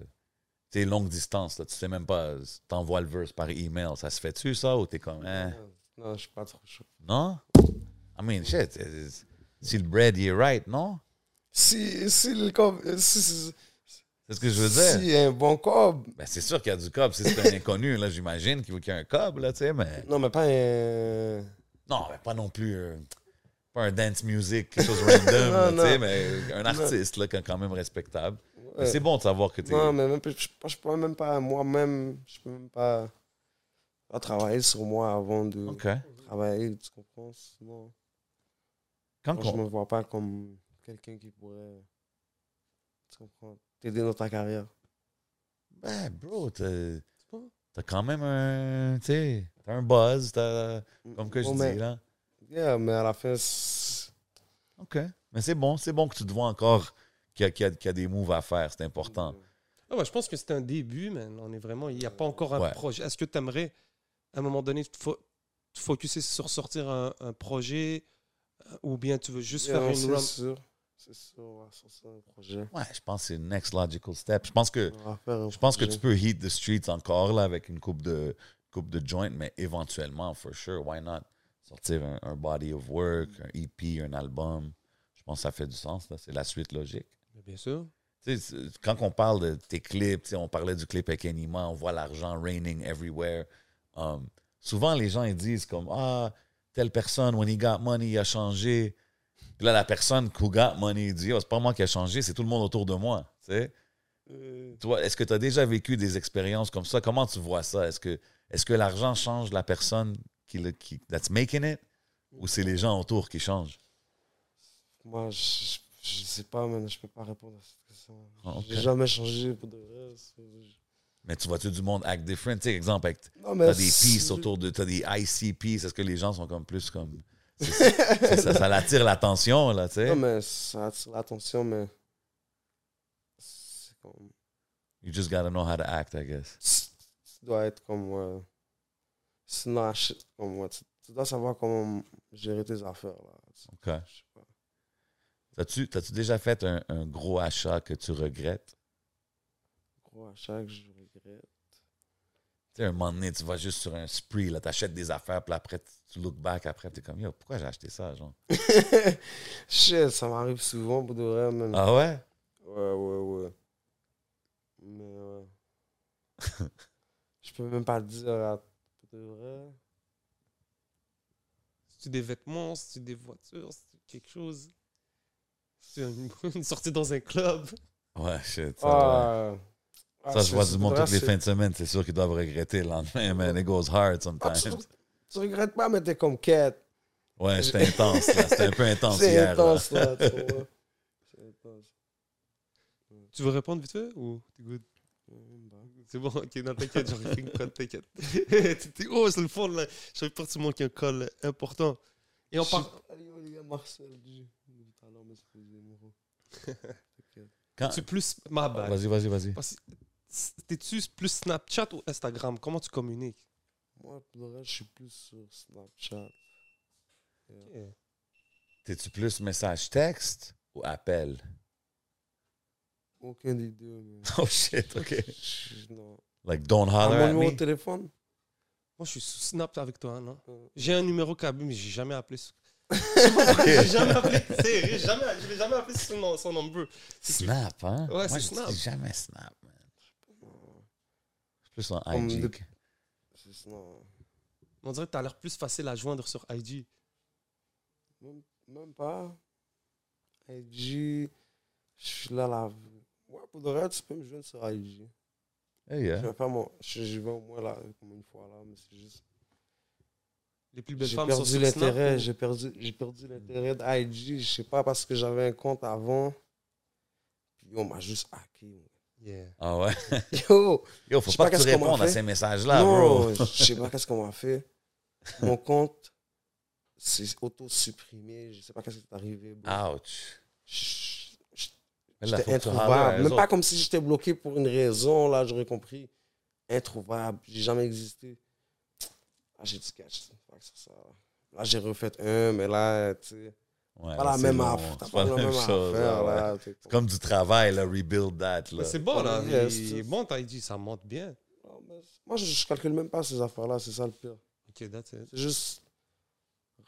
tu sais, longue distance, là, tu sais même pas, t'envoies le verse par email, ça se fait-tu ça ou t'es comme, hein?
Non, je suis pas trop chaud.
Non? I mean, shit, it's- si le bread il est right, non?
Si, si, le cob, euh, si, si,
C'est ce que je veux dire?
si un bon cob.
Ben, c'est sûr qu'il y a du cob, si c'est un inconnu, là, j'imagine qu'il qu'il y a un cob, là, tu sais, mais
Non, mais pas un.
non, mais pas non plus euh, pas un dance music, quelque chose random,
Non,
là, tu sais,
non.
mais un artiste, là, quand même respectable. Mais
Ouais.
C'est bon de savoir que t'es...
Non, mais même, je, pense- je peux même pas, moi-même, je peux même pas, pas travailler sur moi avant de
OK.
travailler, tu comprends? Sinon,
Quand
moi, je
qu'on-
me vois pas comme quelqu'un qui pourrait, tu comprends, t'aider dans ta carrière.
Ben, bro, t'as
pas-
t'as quand même un. Tu sais, t'as un buzz, t'as- comme que je
Bon,
dis,
mais-
là.
Yeah, mais à la fin, c'est-
OK. Mais c'est bon, c'est bon que tu te vois encore qu'il y, a- qu'il y a- qu'il y a des moves à faire, c'est important.
Ah ouais, je pense que c'est un début, man. On est vraiment, il n'y a pas encore un
Ouais.
projet. Est-ce que tu aimerais, à un moment donné, te, fo- te focuser sur sortir un, un projet euh, ou bien tu veux juste
Yeah,
faire
non,
une
Euh, c'est
run
sûr. C'est sûr, on va sortir un projet.
Ouais, je pense que c'est le next logical step. Je pense que,
On va faire un
je pense que
projet.
tu peux hit the streets encore, là, avec une coupe de, coupe de joint, mais éventuellement, for sure, why not? Sortir un, un body of work, un EP, un album. Je pense que ça fait du sens, là. C'est la suite logique.
Mais Bien sûr.
Tu sais, c'est- quand on parle de tes clips, tu sais, on parlait du clip avec Enima, on voit l'argent raining everywhere. Um, souvent, les gens ils disent comme Ah, telle personne, when he got money, il a changé. Puis là, la personne who got money il dit oh, C'est pas moi qui a changé, c'est tout le monde autour de moi. Tu sais?
Euh,
Toi, est-ce que tu as déjà vécu des expériences comme ça Comment tu vois ça Est-ce que, est que l'argent change la personne qui, le- qui that's making it ou c'est les gens autour qui changent
Moi, je, je, je sais pas, man, je peux pas répondre à cette question.
Ah, ok.
J'ai jamais changé pour de vrai. c'est-
Mais tu vois-tu du monde act different Tu sais, exemple, avec
Non,
T'as des
c'est-
pistes autour de. T'as des ICPs. Est-ce que les gens sont comme plus comme. c'est- c'est- ça, ça l'attire l'attention, là, tu sais.
Non, mais ça attire l'attention, mais. C'est comme.
You just gotta know how to act, I guess.
Tu tu dois être comme. euh, Sinon, ah, shit, comme moi. Tu, tu dois savoir comment gérer tes affaires, là. Tu-
OK.
je sais pas.
T'as-tu t'as-tu déjà fait un, un gros achat que tu regrettes?
Gros achat que je regrette.
Tu sais, un moment donné, tu vas juste sur un spree, là, t'achètes des affaires, puis après, tu- tu look back, après, t'es comme, yo, pourquoi j'ai acheté ça, genre?
Shit, ça m'arrive souvent pour de vrai, man.
Ah ouais?
Ouais, ouais, ouais. Mais ouais. je peux même pas te dire à- pour de vrai.
C'est des vêtements, c'est des voitures, c'est quelque chose. C'est une, une sortie dans un club.
Ouais, shit. Ça, ouais.
Ah, ah,
Ça, je
c'est-
vois
c'est
du
pour
monde
de vrai,
toutes les
c'est-
fins de semaine, c'est sûr qu'ils doivent regretter le lendemain, man. It goes hard
Ah, tu,
sometimes.
tu regrettes pas, mais t'es comme quête.
Ouais, c'était intense, là. C'était un peu intense
C'est
hier, là.
intense, là. tu vois. C'est intense.
Tu veux répondre vite fait ou t'es good?
Mm, bah.
C'est bon, ok, non, t'inquiète, j'aurais fait une colle, t'inquiète. T'es- t'es- oh, c'est le fond, là. J'avais peur que tu manques un call important. Et on
Je
parle.
suis pas allé au Liga Marcel du du talent, mais c'est des numéros. T'inquiète.
Quand-
C'est plus ma bad.
Vas-y, vas-y, vas-y.
Parce- T'es-tu plus Snapchat ou Instagram? Comment tu communiques?
Moi, pour le reste, je suis plus sur Snapchat.
T'es-tu plus message texte ou appel?
Aucun des deux, man.
Oh shit, OK.
Je- Non.
Like, don't
Ah,
holler
mon
at
numéro de
me.
téléphone? Euh,
Moi, je suis sous Snap avec toi, non?
Ouais.
J'ai un numéro câblé, mais j'ai jamais appelé. sur- Je sais pas pourquoi j'ai jamais appelé. Sérieux, jamais, je l'ai jamais appelé sur son, son nombre.
Snap, hein?
Ouais,
Moi,
c'est
je
Snap.
dis jamais Snap, man. Je suis plus en
Comme
IG.
de-
que-
C'est- Non.
On dirait que t'as l'air plus facile à joindre sur IG.
Même, même pas. IG. Je suis là, là. Ouais, pour le reste, tu peux me joindre sur IG.
Hey, yeah.
Je vais faire mon. Je, je vais au moins là, comme une fois là, mais c'est juste.
Les plus belles
J'ai
femmes sont
perdu
sur Snap.
l'intérêt, j'ai perdu, j'ai perdu l'intérêt d'IG. Je sais pas parce que j'avais un compte avant. Puis on m'a juste hacké.
Yeah.
Ah ouais?
Yo!
Yo,
Je
faut
sais
pas
pas
que tu
qu'est-ce qu'on m'a
répondes à
fait.
ces messages-là, bro.
non, je sais pas qu'est-ce qu'on m'a fait. Mon compte, c'est auto-supprimé. Je sais pas qu'est-ce qui est arrivé.
Ah.
bro.
Ouch.
Je- je-
Mais là, faut
J'étais
que tu holler à
introuvable.
eux
Même pas
autres.
comme si j'étais bloqué pour une raison, là, j'aurais compris. Introuvable. J'ai jamais existé. Ah, j'ai dit catch. Fuck, c'est ça. Là, j'ai refait un, mais là, tu sais.
Ouais,
Pas la
c'est
même
long.
affaire.
C'est
T'as pas la même affaire,
ouais, ouais.
là. t'es
C'est comme du travail, là, rebuild that, là.
Mais c'est bon, là.
Ouais,
Il-
c'est-
il est bon, t'as dit, ça monte bien.
Non, mais Moi, je, je calcule même pas ces affaires-là, c'est ça le pire.
Ok, that's it.
C'est juste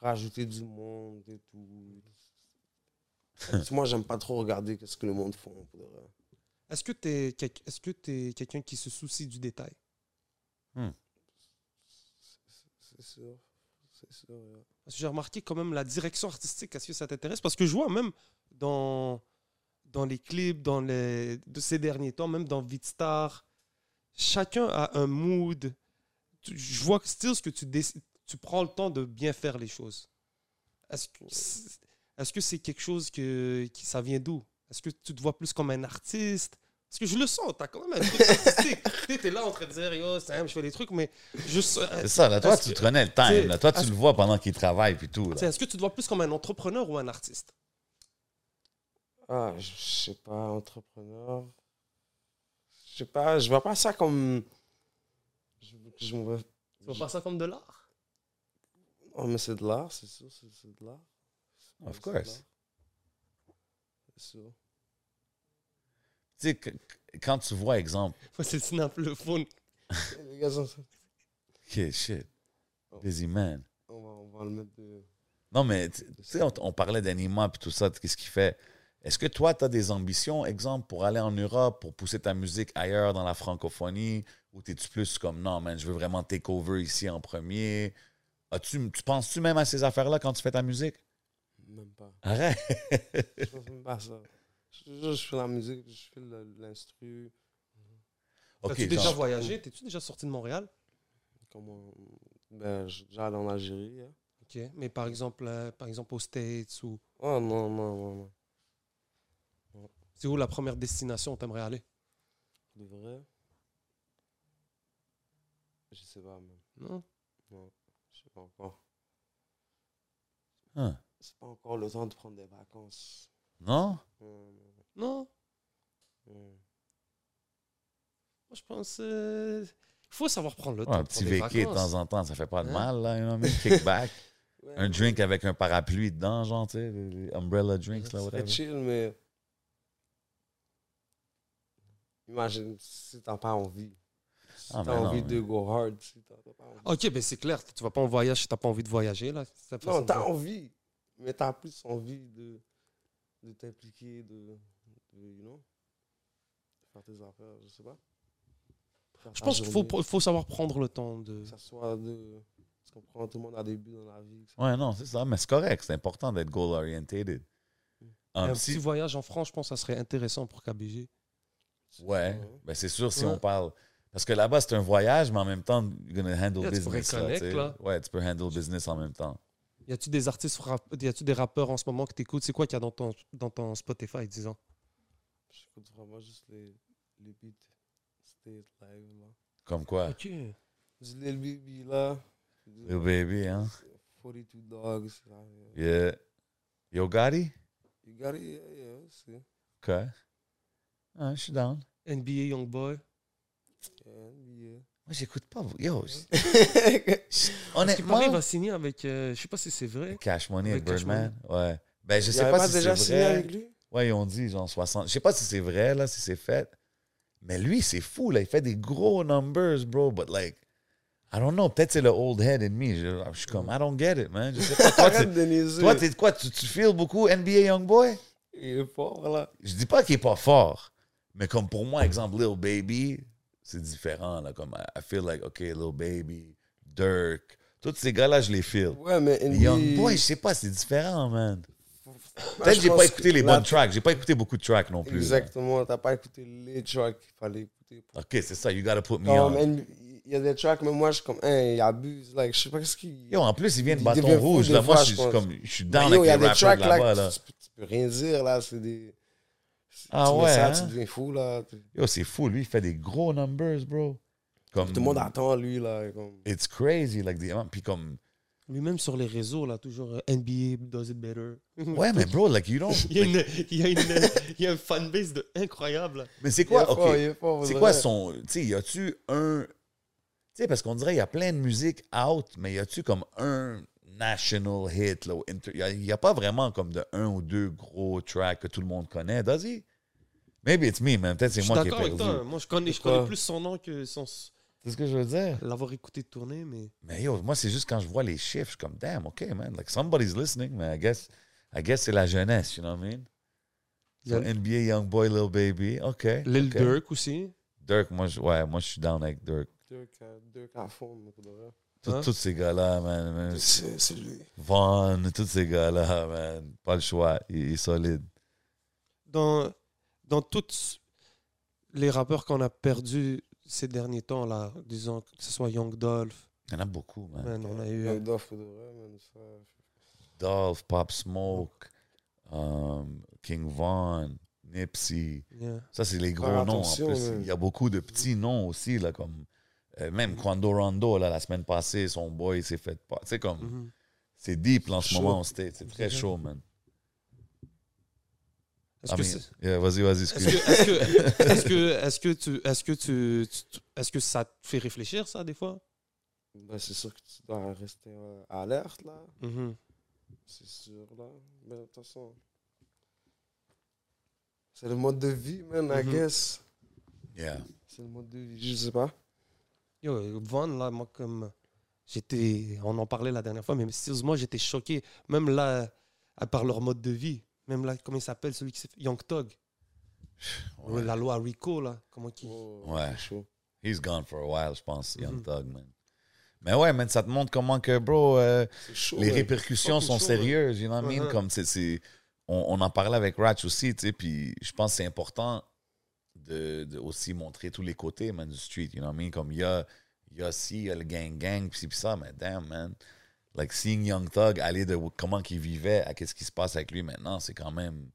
rajouter du monde et tout. Parce que Moi, j'aime pas trop regarder qu'est-ce que le monde font. pour de vrai.
Est-ce que t'es quel- est-ce que t'es quelqu'un qui se soucie du détail?
C'est sûr. C'est sûr. ouais.
Parce que j'ai remarqué quand même la direction artistique. Est-ce que ça t'intéresse? Parce que je vois même dans, dans les clips, dans les, de ces derniers temps, même dans Vitstar, chacun a un mood. Tu- Je vois que still, ce que tu, déc- tu prends le temps de bien faire les choses. Est-ce que c'est, est-ce que c'est quelque chose que, qui ça vient d'où? Est-ce que tu te vois plus comme un artiste? Parce que je le sens, t'as quand même un truc artistique. T'es- T'es là en train de dire, yo, Sam, je fais des trucs, mais je
C'est ça, là, toi,
Est-ce
tu
que-
te connais le
T'sais,
time, là. Toi, tu
est-ce-
le vois pendant qu'il travaille, puis tout,
T'sais,
là.
Est-ce que tu te vois plus comme un entrepreneur ou un artiste
Ah, je je sais pas, entrepreneur. Je sais pas, je vois pas ça comme. Je, je me vois-
Tu vois pas ça comme de l'art
Oh, mais c'est de l'art, c'est sûr, c'est c'est de l'art.
Of
Ouais, c'est de
course.
l'art. C'est sûr.
Tu sais, que- que- quand tu vois, exemple,
Moi, c'est le snap, le phone.
Les gars, on,
OK, shit,
Oh.
busy man.
on va, on va le mettre de.
Non, mais tu tu sais, on, on parlait d'anima puis tout ça, de qu'est-ce qu'il fait. Est-ce que toi, tu as des ambitions, exemple, pour aller en Europe, pour pousser ta musique ailleurs dans la francophonie, ou t'es-tu plus comme non, man, je veux vraiment take over ici en premier? As-tu, tu penses-tu même à ces affaires-là quand tu fais ta musique?
Même pas.
Arrête!
Je pense même pas à ça. Je, je, je fais la musique, je fais le- l'instru.
Ok,
T'as-tu déjà
genre,
voyagé T'es-tu déjà sorti de Montréal
Comment. Ben, je- j'allais en Algérie. hein.
Ok. Mais par exemple, euh, par exemple aux States ou.
Oh non, non, non, non.
C'est où la première destination où t'aimerais aller
De vrai. Je sais pas, même.
Non
Je sais pas encore.
hein,
C'est pas encore le temps de prendre des vacances.
non?
Hum,
Non.
hum.
Moi, je pense. euh, Il faut savoir prendre le
Ouais,
temps.
un
de
petit
prendre des
vécu de
vacances.
temps en temps, ça fait pas de
Hein?
mal, là, you know what I mean? Kickback,
Ouais,
un drink avec un parapluie dedans, genre, tu sais, les- les umbrella drinks, là,
c'est
whatever.
chill, mais. Imagine si t'as pas envie. Si
Ah, mais
t'as
non,
envie
mais- Ah,
de go hard, si t'as t'as pas envie.
Ok, ben c'est clair. Tu vas pas en voyage si t'as pas envie de voyager là. C'est la façon
Non,
de
t'as
voir.
envie, mais t'as plus envie de, de t'impliquer, de, de, you know, faire tes affaires, je sais pas. Faire
Je
ta
pense qu'il faut,
journée,
pr- faut savoir prendre le temps de.
Que ça soit de. Tu comprends, tout le monde a des buts dans la vie. que ça-
Ouais, non, c'est ça, mais c'est correct, c'est important d'être goal-oriented.
un
si-
petit voyage en France, je pense que ça serait intéressant pour KBG.
Ouais,
hein.
ben c'est sûr si
Ouais.
on parle. Parce que là-bas, c'est un voyage, mais en même temps, you're gonna handle
Là, tu pourrais
business. là,
connect,
tu sais.
là.
Ouais, tu peux handle business en même temps.
Y a-tu des artistes, rap- y a-tu des rappeurs en ce moment que t'écoutes C'est quoi qu'il y a dans ton, dans ton Spotify, disons
J'écoute vraiment juste les, les beats. C'était live, là.
Comme quoi?
Ok.
Du Lil Baby, là. du
Little baby, hein?
42 Dogs, là. yeah.
Yeah. Yo Gotti?
You got it, yeah, yeah, c'est.
OK. Ah, je suis down.
NBA Youngboy.
NBA.
Moi, j'écoute pas. Yo, j- j-
Parce qu'il paraît, il
honnêtement.
va signer avec. euh, je sais pas si c'est vrai.
Cash Money avec
Avec Cash
Birdman. Ouais. Ben, je
Il
sais
avait
pas, si c'est
déjà signé
vrai.
avec lui?
Ouais, ils ont dit genre 60. Je sais pas si c'est vrai, là, si c'est fait. Mais lui, c'est fou, là. Il fait des gros numbers, bro. But like, I don't know. Peut-être c'est le old head in me. Je, je suis comme, I don't get it, man. Je sais pas. Toi,
Arrête
t'es-
de niaiser.
toi, t'es quoi? Tu, tu feels beaucoup NBA Youngboy?
Il est fort, là.
Je dis pas qu'il est pas fort. Mais comme pour moi, exemple, Lil Baby, c'est différent, là. Comme, I, I feel like, OK, Lil Baby, Dirk. Tous ces gars-là, je les feel.
Ouais, mais
Mais
NBA...
Youngboy, je sais pas, c'est différent, man.
Moi,
Peut-être
je
que j'ai
pense
pas écouté
que
les
la-
bonnes tracks. J'ai pas écouté beaucoup de tracks non plus. là.
Exactement, t'as pas écouté les tracks qu'il fallait écouter.
OK, c'est ça. You gotta put me
Comme
on.
NBA, il y a des tracks, mais moi, je suis comme, hein, il abuse. Like, je sais pas ce qu'il...
Yo, en plus, il vient de
Il
Bâton
devient fou
Rouge.
des
Là, moi,
fois,
je
je
suis
pense.
comme... Je suis
Mais
down
yo, il y a
avec les
des tracks,
rappers
là,
là-bas,
que
là.
Tu, tu- tu peux rien dire, là. C'est des...
Ah
tu mets
ouais,
ça,
hein?
tu deviens fou, là. Puis
Yo, c'est fou. Lui, il fait des gros numbers, bro. Comme...
Tout le monde attend, lui, là. Comme...
It's crazy, like, the... Puis comme...
Lui-même sur les réseaux, là, toujours euh, NBA does it better.
Ouais, mais bro, like, you don't...
Il y a, une, il y a, une, il y a un fanbase de incroyable. là.
Mais c'est
Il est
quoi?
fort,
OK.
il est fort, vous
C'est
aurez-
quoi son... Tu sais, y a-tu un... Tu sais, parce qu'on dirait, il y a plein de musique out, mais y a-tu comme un national hit, là? Il n'y a, pas vraiment comme de un ou deux gros tracks que tout le monde connaît, does he? Maybe it's me, man. Peut-être
Je
c'est
suis
moi qui ai
d'accord avec
perdu.
toi. hein. Moi, je connais, je
Pourquoi
connais plus son nom que son...
C'est ce que je veux dire.
l'avoir écouté tourner, mais.
Mais yo, moi, c'est juste quand je vois les chiffres, je suis comme, damn, OK, man. Like, somebody's listening, mais I guess, I guess c'est la jeunesse, you know what I mean? So,
Yeah.
NBA, Young Boy, Lil Baby, OK.
Lil
OK.
Durk aussi.
Dirk, moi, je, ouais, moi, je suis down avec Dirk.
Dirk, euh, Dirk à fond, mais pour de vrai.
Tout-
Hein?
Tous ces gars-là, man, man.
C'est c'est lui.
Vaughn, tous ces gars-là, man. Pas le choix, il, il est solide.
Dans, dans tous les rappeurs qu'on a perdus ces derniers temps, là, disons que ce soit Young Dolph,
Il y en a beaucoup, man.
man, on a eu. euh,
Young Dolph, pour de vrai, man. ça,
Dolph, Pop Smoke, um, King Vaughn, Nipsey.
yeah.
Ça, c'est les gros
Faire
noms. En
attention,
plus,
là.
il y a beaucoup de petits noms aussi, là, comme euh, même Quando Rondo, là, la semaine passée, son boy s'est fait pas. Tu sais, comme
Mhm.
c'est deep là, en ce
Chaud.
moment, c'était- c'est très
Mhm.
chaud, man.
Est-ce
Ah,
que
mais-
c'est-
Yeah, vas-y, vas-y,
Est-ce
excuse.
que, est-ce que, est-ce que, est-ce que tu, est-ce que tu, tu- est-ce que ça te fait réfléchir ça des fois
Ben, c'est sûr que tu dois rester euh, alerte, là.
Mhm.
C'est sûr, là. Mais attention. C'est le mode de vie, man, I
Mhm.
guess.
Yeah.
C'est le mode de vie, je sais pas.
Yo, Van là, moi comme j'étais, on en parlait la dernière fois, mais sérieusement j'étais choqué, même là, à part leur mode de vie, même là comment il s'appelle celui qui s'est fait- Young Tog,
Ouais.
la loi Rico là, comment qui
Oh,
Ouais.
c'est chaud.
He's gone for a while, je pense, Young
Mhm.
Thug, man. Mais ouais, man, ça te montre comment que, bro, euh,
C'est chaud.
les
ouais.
répercussions
Fucking
sont
chaud,
sérieuses, you know what I mean?
Ouais, ouais.
Comme c'est, c'est- on, on en parlait avec Ratch aussi, tu sais, puis je pense que c'est important de, de aussi montrer tous les côtés, man, du street, you know what I mean? Comme il y a, il y a ci, il y a le gang-gang, puis ci, puis ça, mais damn, man. Like, seeing Young Thug aller de comment qu'il vivait à qu'est-ce qui se passe avec lui maintenant, c'est quand même...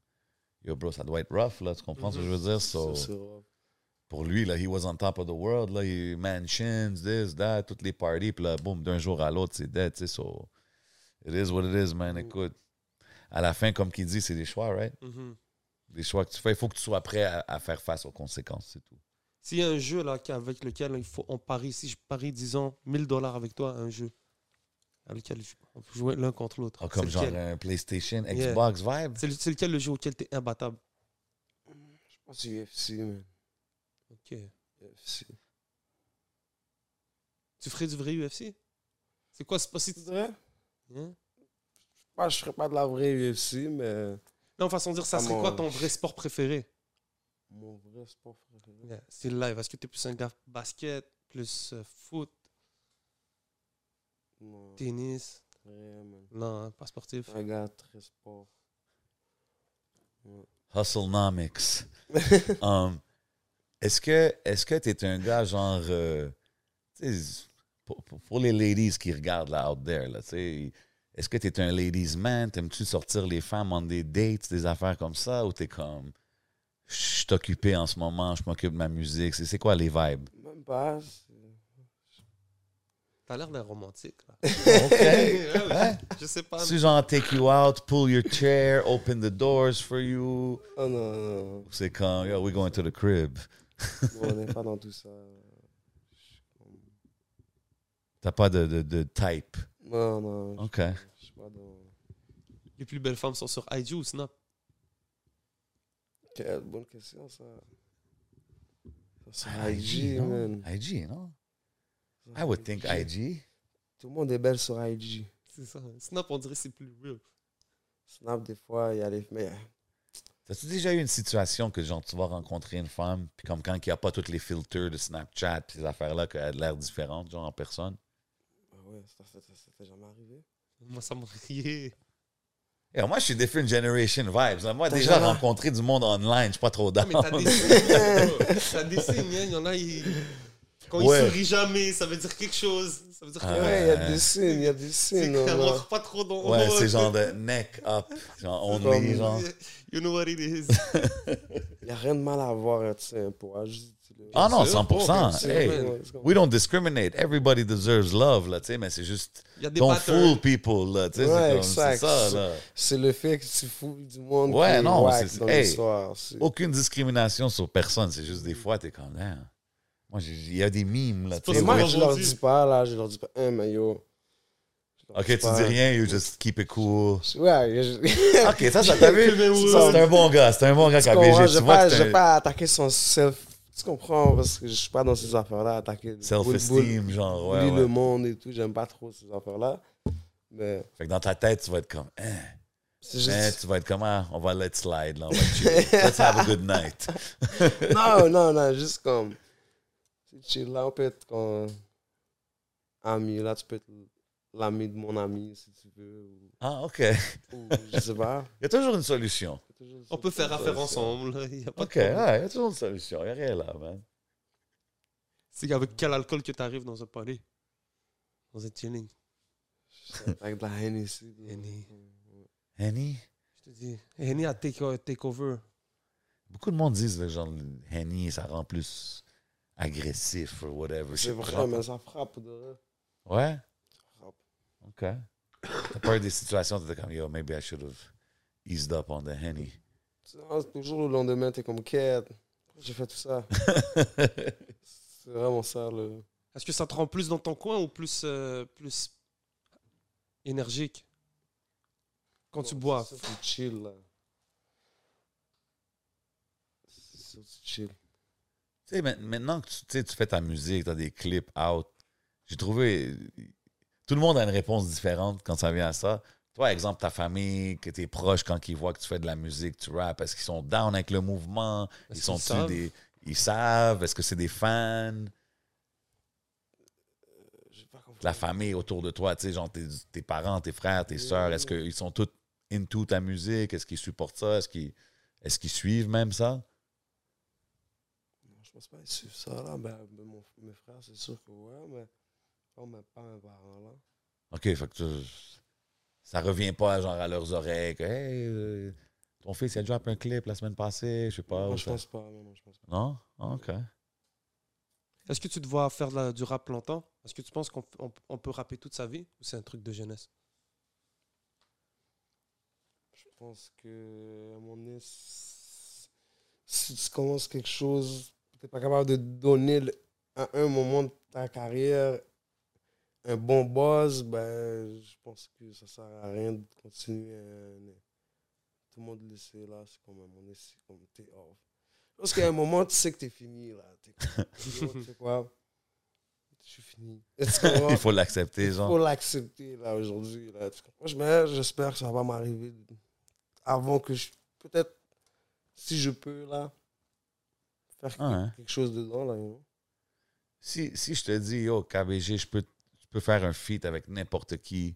Yo, bro, ça doit être rough, là, tu comprends ce que je veux dire? So,
Mm-hmm. C'est sûr.
pour lui, là, he was on top of the world, là, il y a eu mansions, this, that, toutes les parties, puis là, boum, d'un jour à l'autre, c'est dead, tu sais, so, it is what it is, man,
Mm.
écoute. À la fin, comme qu'il dit, c'est des choix, right?
Mhm.
Des choix que tu fais, il faut que tu sois prêt à, à faire face aux conséquences, c'est tout.
S'il y a un jeu là qui- avec lequel il faut on parie, si je parie disons 1000 dollars avec toi à un jeu, à lequel je- on peut jouer l'un contre l'autre,
Ah, comme
c'est
genre
lequel
un PlayStation,
Yeah.
Xbox vibe.
C'est le- c'est lequel le jeu auquel t'es imbattable
Je pense UFC, man.
Ok.
UFC.
Tu ferais du vrai UFC C'est quoi C'est pas si.
Tu dirais?
Hein?
Moi, je ferais pas de la vraie UFC, mais
Non, façon de dire, ça
Ah,
serait
mon-
quoi ton vrai sport préféré
mon vrai sport préféré.
C'est le live. Est-ce que t'es plus un gars basket, plus euh, foot,
Non,
tennis
rien, man.
Non, hein, pas sportif.
Un gars très sport.
Hustlenomics. Um, est-ce que est-ce que t'es un gars genre euh, tu sais, pour, pour- pour les ladies qui regardent là out there là, tu sais, est-ce que t'es un ladies man, t'aimes-tu sortir les femmes en des dates, des affaires comme ça ou t'es comme je suis occupé en ce moment, je m'occupe de ma musique, c'est c'est quoi les vibes
Même pas. c'est-
T'as l'air d'un romantique. Là.
OK.
Ouais, ouais,
Hein?
Je sais pas.
Tu genre take you out, pull your chair, open the doors for you.
Oh non, non, non.
Ou C'est comme yo, we going to the crib.
on n'est pas dans tout ça.
T'as pas de, de, de type.
Non, non. je-
OK.
Je suis pas dans.
Les plus belles femmes sont sur IG ou Snap.
Quelle bonne question, ça. Ça, C'est IG,
Ah, non?
man.
IG, non?
Ça,
I would think
IG.
IG.
Tout le monde est belle sur IG.
C'est ça. Snap, on dirait que c'est plus real.
Snap, des fois, il y a les. Mais
T'as-tu déjà eu une situation que genre tu vas rencontrer une femme, puis comme quand il n'y a pas tous les filters de Snapchat, puis ces affaires-là, qu'elle a de l'air différente, genre en personne?
ah ouais, ça, ça, ça, ça t'est jamais arrivé.
Moi, ça me riait.
Eh, moi, je suis different generation vibes. hein. Moi,
T'as
déjà
jamais-
rencontré du monde online, je suis pas trop
Non,
down.
mais t'as des signes. T'as des signes, hein. Il y en a, ils... quand
Ouais.
ils sourient jamais, ça veut dire quelque chose. Ça veut dire que
Ah,
Ouais, il y a des signes, il y a des
c'est
signes.
qu'on
non, non.
rentre pas trop dans
Ouais,
oh,
c'est hein. genre de neck up, genre only,
comme-
genre.
You know what it is.
Il n'y a rien de mal à avoir, hein, tu sais, un poids. Juste, tu le-
Ah non,
sûr,
Tu
100%.
sais,
Hey,
ouais, c'est comme-
we don't discriminate. Everybody deserves love, là, tu sais, mais c'est juste,
Il y a des
don't
patterns.
fool people, là, tu sais,
Ouais,
c'est comme, c'est
exact.
ça, là.
C'est le fait que tu fous du monde.
Ouais,
qui est
non,
whack
c'est-
dans
hey.
l'histoire. c'est-
Aucune discrimination sur personne, c'est
Mm.
juste des fois, t'es comme, Ah. moi, j'ai- il y a des mimes, là,
C'est
tu
pas
sais.
Et
ça
moi,
qu'on
je
leur
leur
dit.
dis pas, là, je leur dis pas, hein, mais yo. Je leur
Ok,
dis
tu
pas,
dis rien, you just keep it cool.
Ouais, je-
Ok, ça, ça t'a vu? Ça, C'est un bon gars, c'est un bon gars qui
Tu
a
comprends, je
BG. Tu
vais
vois
pas,
que
je
c'est
vais
un
pas attaquer son self. Tu comprends, parce que je suis pas dans ces affaires-là, attaquer. le boule-
self-esteem, genre,
boule-
ouais,
boule- le
ouais.
monde et tout, j'aime pas trop ces affaires-là. Mais
Fait que dans ta tête, tu vas être comme, hein,
c'est juste.
hein, tu vas être comment? On va let slide, là, on va chiller. Let's have a good night.
Non, non, non, juste comme. C'est chill là, on peut être comme. Ami, là, tu peux être l'ami de mon ami, si tu veux. Ou,
Ah, ok. Il
ou je sais pas.
y a toujours une solution.
On peut faire affaire ensemble. Il y a pas de
OK, ouais, il
problème.
y a toujours une solution. Il n'y a rien là, man.
C'est avec quel alcool que t'arrives dans un palais Dans un chilling.
Avec de la Hennessy. là.
Henny.
Henny?
Je te dis, Henny a take, euh, take over.
Beaucoup de monde disent, le genre, le Henny, ça rend plus agressif ou whatever.
C'est vrai, mais ça frappe. De... vrai.
Ouais?
Ça frappe.
OK. T'as peur des situations, t'es comme, yo, maybe I should have eased up on the Henny.
Tu sais, Ah, Toujours le lendemain, t'es comme quête. Pourquoi j'ai fait tout ça? C'est vraiment ça, le.
Est-ce que ça te rend plus dans ton coin ou plus, euh, plus énergique quand tu
Non,
bois
C'est ça, c'est chill, là. C'est ça, c'est chill.
Tu sais, ma- maintenant que tu, tu sais, tu fais ta musique, tu as des clips out, j'ai trouvé. Tout le monde a une réponse différente quand ça vient à ça. Toi, exemple, ta famille, que tes proches, quand ils voient que tu fais de la musique, tu rap, est-ce qu'ils sont down avec le mouvement?
Est-ce
Ils
qu'ils
sont
savent?
des. Ils savent? Est-ce que c'est des fans?
J'ai pas compris.
La famille autour de toi, tu sais, genre tes, tes parents, tes frères, tes sœurs, est-ce qu'ils sont tous into ta musique? Est-ce qu'ils supportent ça? Est-ce qu'ils est-ce qu'ils suivent même ça?
Non, Je pense pas qu'ils suivent ça, là. Ben, ben, mon, mes frères, c'est sûr que ouais, mais pas mes, pas mes parents, là.
OK, fait que tu- ça revient pas genre à leurs oreilles que hey, euh, ton fils il a drop un clip la semaine passée, je sais pas.
moi,
ou
je
ça-
pense pas, non, non, je pense pas.
Non? Ah, OK.
Est-ce que tu te vois faire de la- du rap longtemps Est-ce que tu penses qu'on on- on peut rapper toute sa vie ou c'est un truc de jeunesse
Je pense que, à mon avis, si- si tu commences quelque chose, t'es pas capable de donner le- à un moment de ta carrière un bon buzz, ben, je pense que ça sert à rien de continuer. à- tout le monde le sait, là, c'est comme à mon avis, c'est comme t'es off. Je pense qu'à un moment, tu sais que t'es fini, là. T'es comme, Yo, tu sais quoi? Je suis fini. Tu comprends?
Il faut l'accepter,
faut
genre.
l'accepter là aujourd'hui. là. Tu comprends? Je- mais J'espère que ça va m'arriver avant que je. Peut-être si je peux là. Faire que-
Ah, hein.
quelque chose dedans là. you know.
Si, si je te dis yo, KBG, je peux, je peux faire un feat avec n'importe qui,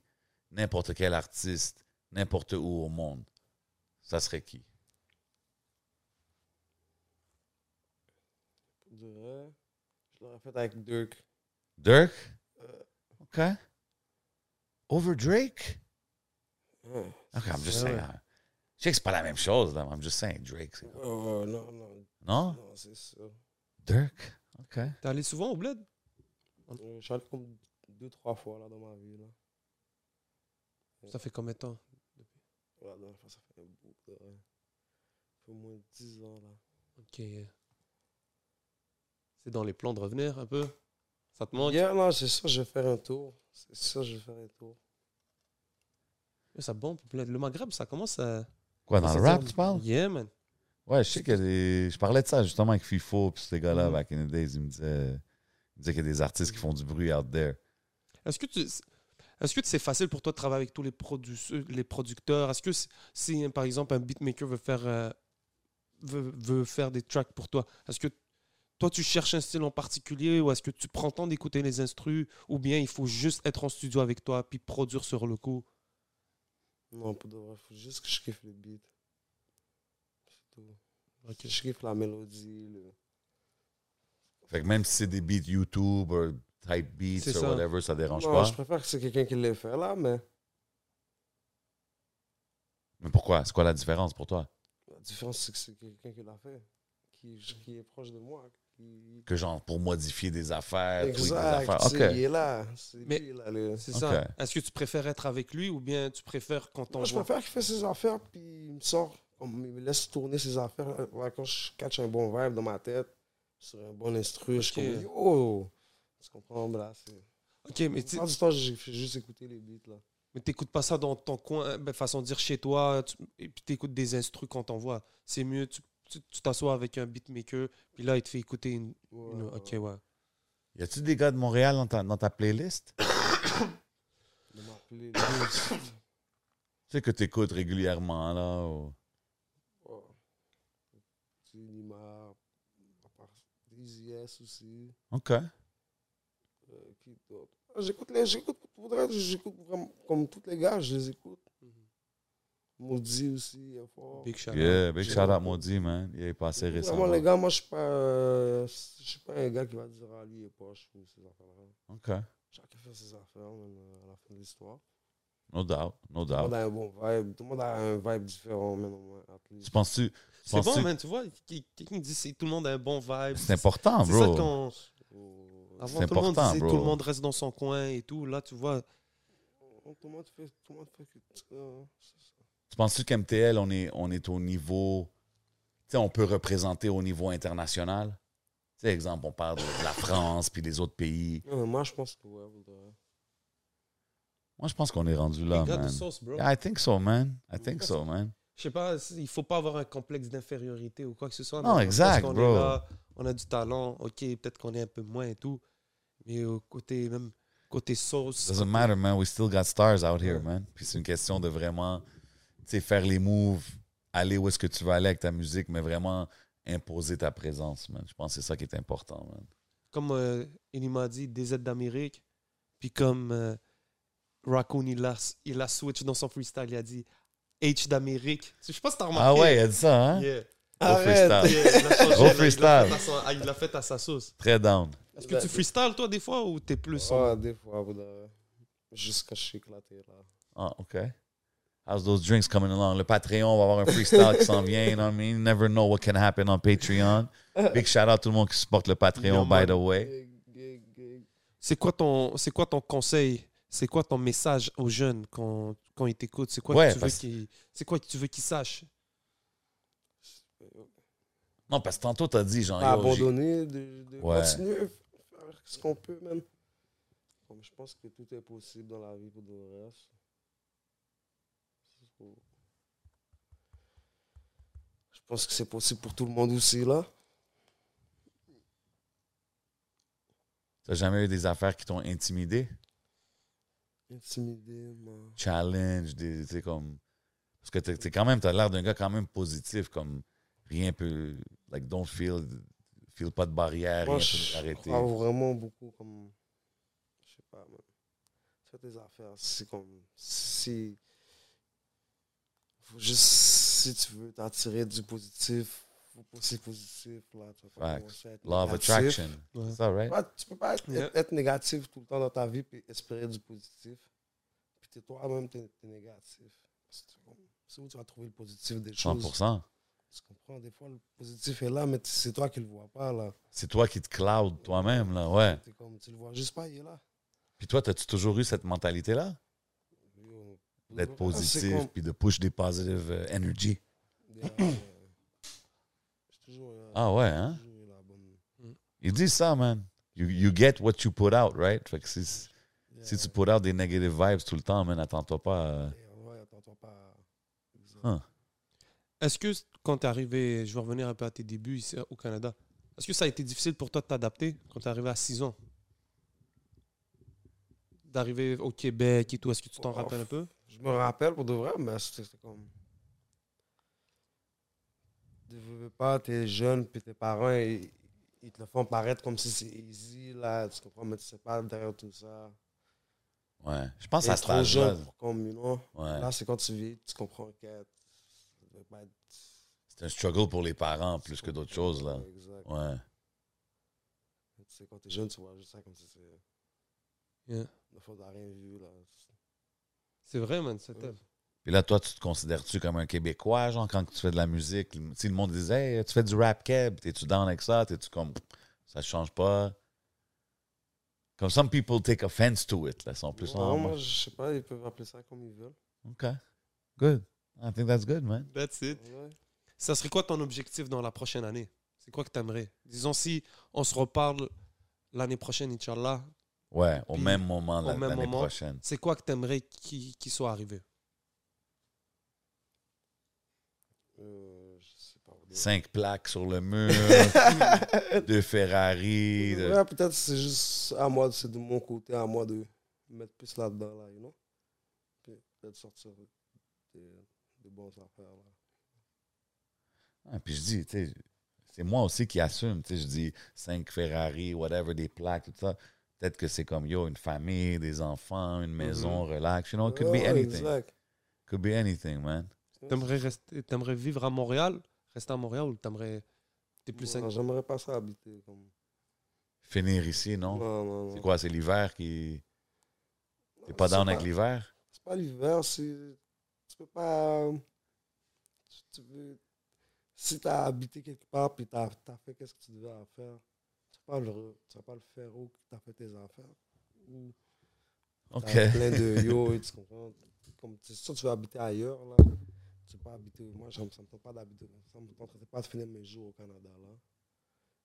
n'importe quel artiste, n'importe où au monde, ça serait qui?
Pour de vrai, Je l'aurais fait avec Dirk.
Dirk?
Euh.
OK. Over Drake?
Ouais,
OK, I'm just
Ah, Ouais,
saying.
ouais.
hein. Je sais que c'est pas la même chose, là. I'm just saying Drake. c'est-
Ouais, ouais, non, non,
Non?
non, c'est ça.
Dirk? OK.
T'es allé souvent au bled
Euh, Je suis allé comme deux, trois fois là dans ma vie là.
Ça fait combien de temps
Ouais, dans la fois, ça fait un bout, de vrai. Ça fait au moins 10 ans là.
Ok. C'est dans les plans de revenir un peu Ça te montre.
Yeah, non, c'est sûr, je vais faire un tour. C'est sûr, je vais faire un tour.
Ça bombe. Le Maghreb, ça commence à.
Quoi, dans
ça
le
sort
rap,
du-
tu parles?
Yeah, man.
Ouais, je sais que des... je parlais de ça justement avec FIFO puis ces gars-là,
Mhm.
back in the days. Ils me disaient, ils me disaient qu'il y a des artistes qui font du bruit out there.
Est-ce que tu. Est-ce que c'est facile pour toi de travailler avec tous les, producteurs, les producteurs? Est-ce que si- si, par exemple, un beatmaker veut faire, euh, veut, veut faire des tracks pour toi, est-ce que toi, tu cherches un style en particulier ou est-ce que tu prends le temps d'écouter les instrus ou bien il faut juste être en studio avec toi puis produire sur le coup?
Non, pour de vrai, faut juste que je kiffe le beat. C'est tout. Je kiffe la mélodie. le-
Fait que même si c'est des beats YouTube ou type beats
C'est
ou
ça.
whatever, ça dérange
Non,
pas.
je préfère que c'est quelqu'un qui le fait là, mais
Mais pourquoi? C'est quoi la différence pour toi?
la différence, c'est que c'est quelqu'un qui l'a fait, qui, qui est proche de moi. Qui...
Que genre pour modifier des affaires, tweak des
Exact,
affaires.
tu sais, il
OK.
est là. C'est
Mais-
lui, là, le-
C'est
Ok.
ça. Est-ce que tu préfères être avec lui ou bien tu préfères quand on
Moi, je préfère qu'il fasse ses affaires, puis il me sort, comme il me laisse tourner ses affaires. là, ouais, quand je catch un bon vibe dans ma tête, sur un bon instru, je suis
Ok.
comme, yo, tu comprends, là, c'est...
Ok, mais tu
La plupart du temps, j'ai j'ai juste écouté les beats, là.
mais t'écoutes pas ça dans ton coin, hein, ben, façon de dire chez toi, tu- et puis t'écoutes des instrus quand on voit. C'est mieux, tu tu- tu t'assois avec un beatmaker, puis là, il te fait écouter une.
Ouais,
une-
ouais.
ok, ouais.
Y a-tu des gars de Montréal dans ta, dans ta playlist? tu
De m'appeler, là,
sais, que t'écoutes régulièrement, là. ou-
ouais. oh, Tu sais, Nima, à part Dizzy S aussi.
OK.
euh, qui d'autre? Ah, J'écoute les, j'écoute, pour de vrai, j'écoute vraiment, comme tous les gars, je les écoute. Maudit aussi, est fort.
Big shout out.
Yeah, big
j'ai-
shout out Maudit, man. Il est passé récemment.
Vraiment, les gars, moi, je suis pas, euh, je suis pas un gars qui va dire, ah, lui, il est poche, ou ces affaires-là.
OK.
Chacun fait ses affaires, man, euh, à la fin de l'histoire.
No doubt, no
Tout le
doubt.
monde a un bon vibe, tout le monde a un vibe différent, man, au moins, at least.
Tu penses-tu...
C'est bon,
Penses-tu-
man, tu vois, qui- quelqu'un dit c'est tout le monde a un bon vibe.
C'est important,
C'est ça
bro.
qu'on.
Oh,
Avant,
C'est
tout le monde
important,
disait
bro.
tout le monde reste dans son coin et tout. Là, tu vois,
oh, Tout le monde fait, tout le monde fait que ça, c'est ça.
Tu penses-tu qu'MTL, on est, on est au niveau... Tu sais, on peut représenter au niveau international? Tu sais, exemple, on parle de la France puis des autres pays.
Non, mais moi, je pense que, ouais, pour de vrai.
Moi, je pense qu'on est rendu
les
là,
gars de
man.
sauce, bro.
Yeah, I think so, man. I think so, man.
Je sais pas, c'est- il faut pas avoir un complexe d'infériorité ou quoi que ce soit.
Non,
mais parce
exact,
qu'on
bro.
est là, on a du talent, ok, peut-être qu'on est un peu moins et tout. Mais au côté, même côté sauce.
Doesn't matter, man. We still got stars out here,
Ouais.
man. Puis c'est une question de vraiment, tu sais, faire les moves, aller où est-ce que tu veux aller avec ta musique, mais vraiment imposer ta présence, man. Je pense que c'est ça qui est important, man.
Comme euh, Enima a dit, des aides d'Amérique. Puis comme euh, Raccoon, il a, il a switch dans son freestyle, il a dit H d'Amérique. Je sais pas si t'as remarqué.
Ah ouais, il a dit ça, hein?
Yeah.
Arrête.
freestyle.
Yeah, il a changé,
Gros
là, il l'a
freestyle.
fait à son- ah, Il l'a fait à sa sauce.
Très down.
Est-ce que tu freestyles toi des fois ou t'es plus en-
Ah, des fois, pour de vrai. Juste quand je suis éclaté, là.
Ah, OK. How's those drinks coming along? Le Patreon va avoir un freestyle qui s'en vient, you know what I mean? You never know what can happen on Patreon. Big shout out à tout le monde qui supporte le Patreon,
Yo, man.
by the way.
Gig, gig, gig.
C'est quoi ton c'est quoi ton conseil C'est quoi ton message aux jeunes quand, quand ils t'écoutent C'est quoi
Ouais,
que tu veux
parce-
qu'ils c'est quoi que tu veux qu'ils sachent
Non, parce que tantôt, t'as dit, genre,
pas
Ah,
yo, j'ai-
abandonner, de, de
Ouais.
continuer, faire ce qu'on peut, même. Comme je pense que tout est possible dans la vie pour de vrai. Faut- Je pense que c'est possible pour tout le monde aussi, là.
t'as jamais eu des affaires qui t'ont intimidé?
Intimider, moi.
challenge, des, tu sais, comme... Parce que t'es t'es quand même, t'as l'air d'un gars quand même positif, comme rien peut... Like, don't feel... Feel pas de barrière,
Moi,
rien peut
je
t'arrêter.
crois vraiment beaucoup comme... Je sais pas, man. Faire des affaires, c'est comme... Si... Faut juste, si tu veux t'attirer du positif, faut pousser positif, là. Tu vas pas
Facts.
commencer à être
Law of
négatif.
attraction.
Ouais.
C'est ça, right?
Ouais, tu peux pas être,
Yeah.
être- être négatif tout le temps dans ta vie puis espérer du positif. Puis t'es toi-même, t'es t'es négatif. C'est c'est où tu vas trouver le positif des choses.
100%.
Tu comprends? Des fois, le positif est là, mais t- c'est toi qui le vois pas, là.
C'est toi qui te cloud toi-même, là, ouais.
T'es comme, tu le vois juste pas, il est là.
Puis toi, t'as-tu toujours eu cette mentalité-là?
Yo,
D'être
pour de vrai, Ah, c'est
positif, puis de push des positive euh, energy.
comme- Yeah, euh, j'ai toujours euh, eu la-
Ah ouais, hein?
j'ai toujours eu la bonne-
Ils disent ça, man. You, you get what you put out, right? Fait que si, si tu euh, put out des negative vibes tout le temps, man, attends-toi pas. à-
Ouais, attends-toi pas.
Ah.
Est-ce que quand t'es arrivé, je vais revenir un peu à tes débuts ici au Canada, est-ce que ça a été difficile pour toi de t'adapter quand t'es arrivé à 6 ans D'arriver au Québec et tout, est-ce que tu t'en
Oh,
rappelles un peu
Je me rappelle pour de vrai, mais c'était c'était comme. Tu veux veux pas, t'es jeune, puis tes parents, ils, ils te le font paraître comme si c'est easy, là, tu comprends, mais tu sais pas derrière tout ça.
Ouais. Je pense
T'es
à cet
trop
âge-là.
jeune pour comme, you know.
Ouais.
Là, c'est quand tu vis, tu comprends que. ça devait pas être-
C'est un struggle pour les parents plus que d'autres choses, là.
Exact.
Ouais.
Tu sais, quand t'es jeune, tu vois juste ça comme si c'est.
Yeah.
Le fond t'as rien vu, là.
C'est vrai, man, c'est
Ouais.
Puis là, toi, tu te considères-tu comme un Québécois, genre, quand tu fais de la musique? Tu sais, le monde disait, hey, tu fais du rap keb, t'es-tu down avec ça? T'es-tu comme, ça change pas? Comme some people take offense to it, là, ils sont plus
non,
en
moi, je sais pas, ils peuvent appeler ça comme ils veulent.
OK. Good. I think that's good, man.
That's it.
Ouais.
Ça serait quoi ton objectif dans la prochaine année C'est quoi que t'aimerais Disons si on se reparle l'année prochaine, Inch'Allah,
Ouais, au
Puis,
même moment
au
la-
même
l'année
moment.
prochaine.
c'est quoi que t'aimerais qui, qui soit arrivé
Euh, je sais pas. pour de vrai.
Cinq plaques sur le mur, deux Ferrari. de-
Ouais, peut-être c'est juste à moi, c'est de mon côté, à moi de mettre plus là-dedans, là, you know. Puis peut-être sortir des, des bonnes affaires, là.
Ah, puis je dis, tu sais, c'est moi aussi qui assume. Tu sais, je dis cinq Ferrari, whatever, des plaques, tout ça. Peut-être que c'est comme, yo, une famille, des enfants, une maison, relax. You know, it could
Mm-hmm.
be
Ouais,
anything.
Exact.
Could be anything, man.
T'aimerais rester, t'aimerais vivre à Montréal, rester à Montréal ou t'aimerais t'es plus
Non,
cinq-
J'aimerais pas ça habiter. Comme...
Finir ici, non?
Non, non, non.
C'est quoi, c'est l'hiver qui... T'es
Non,
pas
c'est
down avec l'hiver?
C'est pas l'hiver, c'est. Tu peux pas. tu- Tu veux. Si t'as habité quelque part puis t'as as fait qu'est-ce que tu devais en faire, tu vas pas le, re- tu vas pas le faire où t'as fait tes affaires. Ou
OK.
T'as plein de yo, et tu comprends. Comme tu sûr, tu veux habiter ailleurs, là. Tu veux pas habiter. Moi, ça me ça me tente pas d'habiter. Ça me tente pas de finir mes jours au Canada, là.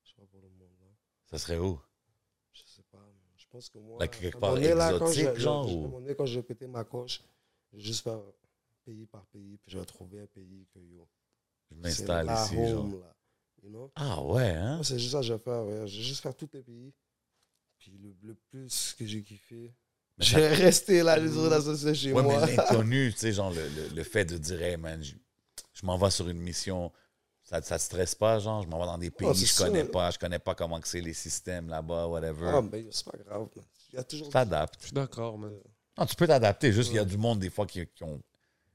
Je sais pas pour le monde, là.
Ça serait où?
Je sais pas. mais Je pense que moi.
Like, Bah, quelque
à un
part
moment donné, là, quand
exotique,
je- je-
genre,
je- à un
ou-
moment donné, quand je vais péter ma coche, je vais juste faire pays par pays, puis je vais trouver un pays que yo.
Je
c'est
m'installe
ma
ici, genre.
home, là. You know?
Ah ouais, hein?
Moi, c'est juste ça que je vais faire. ouais. Je vais juste faire tous les pays. Puis le, le plus que j'ai kiffé,
Mais
je vais rester là, les autres, là, ça, c'est chez
Ouais,
moi.
mais l'inconnu, tu sais, genre le, le- le fait de dire, hey man, je, je m'en vais sur une mission, ça, ça te stresse pas, genre, je m'en vais dans des pays,
Ah, c'est
je
sûr.
connais pas, je connais pas comment que c'est les systèmes là-bas, whatever.
Ah, ben, c'est pas grave. man. Il y a toujours.
Tu
Ça,
t'adaptes.
Je suis d'accord, man.
Non, tu peux t'adapter, juste qu'il y a du monde des fois qui, qui ont,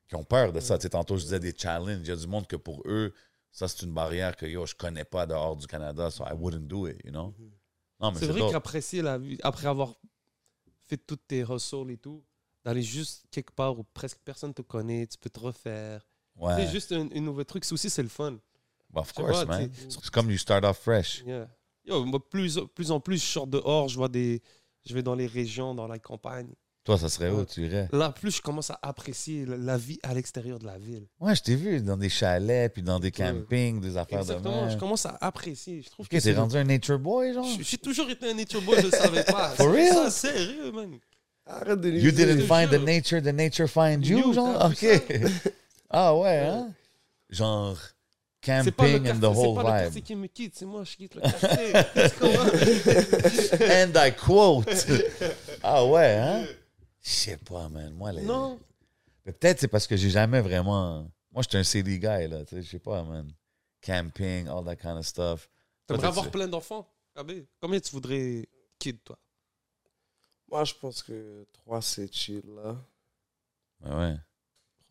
qui ont peur de ça. Tu sais, tantôt, je disais des challenges, il y a du monde que pour eux, ça c'est une barrière que yo, je connais pas dehors du Canada, so I wouldn't do it, you know?
euh, mhm.
Non, mais
C'est
c'est
vrai
d'autres.
qu'apprécier la vie, après avoir fait toutes tes ressources et tout, d'aller juste quelque part où presque personne te connaît, tu peux te refaire. C'est
Ouais.
juste un, un nouveau truc. C'est aussi, c'est le fun.
Bah, of
Je sais pas,
course, man.
tu sais.
C'est comme you start off fresh.
Yeah. Yo, moi, plus, plus en plus, je sors dehors, je vois des... Je vais dans les régions, dans la campagne.
Toi, ça serait où
Ouais.
tu irais?
Là, plus je commence à apprécier la- la vie à l'extérieur de la ville.
Ouais, je t'ai vu dans des chalets, puis dans des campings, des affaires de
Exactement,
même.
je commence à apprécier. Je trouve
Ok,
que
t'es
c'est
rendu un nature boy, genre?
Je- J'ai toujours été un nature boy, je le savais pas.
For
C'est
real?
Ça, sérieux, man.
Arrête de niaiser.
You didn't
te
find the
jure.
nature, the nature find you,
You,
genre?
t'as
Ok.
vu
ah ouais, hein? Genre,
C'est pas le
camping
quartier,
and the
c'est
whole
pas le quartier
vibe.
qui me quitte, c'est moi je quitte le quartier. Tu comprends?
and I quote. ah ouais, hein? Je sais pas, man. Moi, les...
non,
Mais Peut-être c'est parce que j'ai jamais vraiment. Moi, j'étais un city guy, là. tu sais, Je sais pas, man. Camping, all that kind of stuff. Toi,
t'aimerais
t'as-
avoir plein d'enfants. Rabé, Combien tu voudrais kid, toi
Moi, je pense que 3, c'est chill, là.
Ouais, ouais.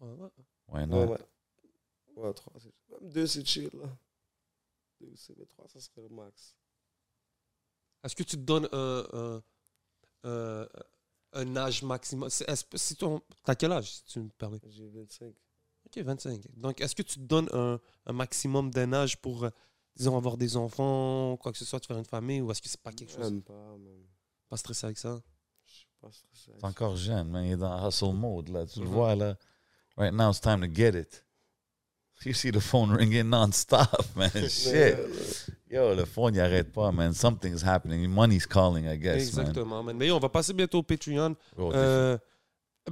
Ouais.
Ouais,
Ouais,
non.
ouais. Ouais, 3, c'est chill. Même 2, c'est chill, là. 2, c'est mais 3, ça serait le max.
Est-ce que tu te donnes un, un, un- un âge maximum C'est- est-ce que- si ton- T'as quel âge, si tu me permets
J'ai 25.
Ok, 25. Donc, est-ce que tu te donnes un, un maximum d'un âge pour, euh, disons, avoir des enfants, quoi que ce soit, te faire une famille, ou est-ce que c'est pas Ah, quelque chose
Euh,
J'aime pas, man.
Pas stressé avec ça
Je suis pas stressé. avec
T'es encore jeune, man. Il est dans hustle mode, là. Tu le
Mhm.
vois, là. Right now, it's time to get it. You see the phone ringing non-stop, man.
ça.
Shit.
Mais, euh,
Yo, le fond, il arrête pas, man. Something's happening. Money's calling, I guess, man.
Exactement, man. Mais yo, on va passer bientôt au Patreon.
Bro, t'es-
Euh,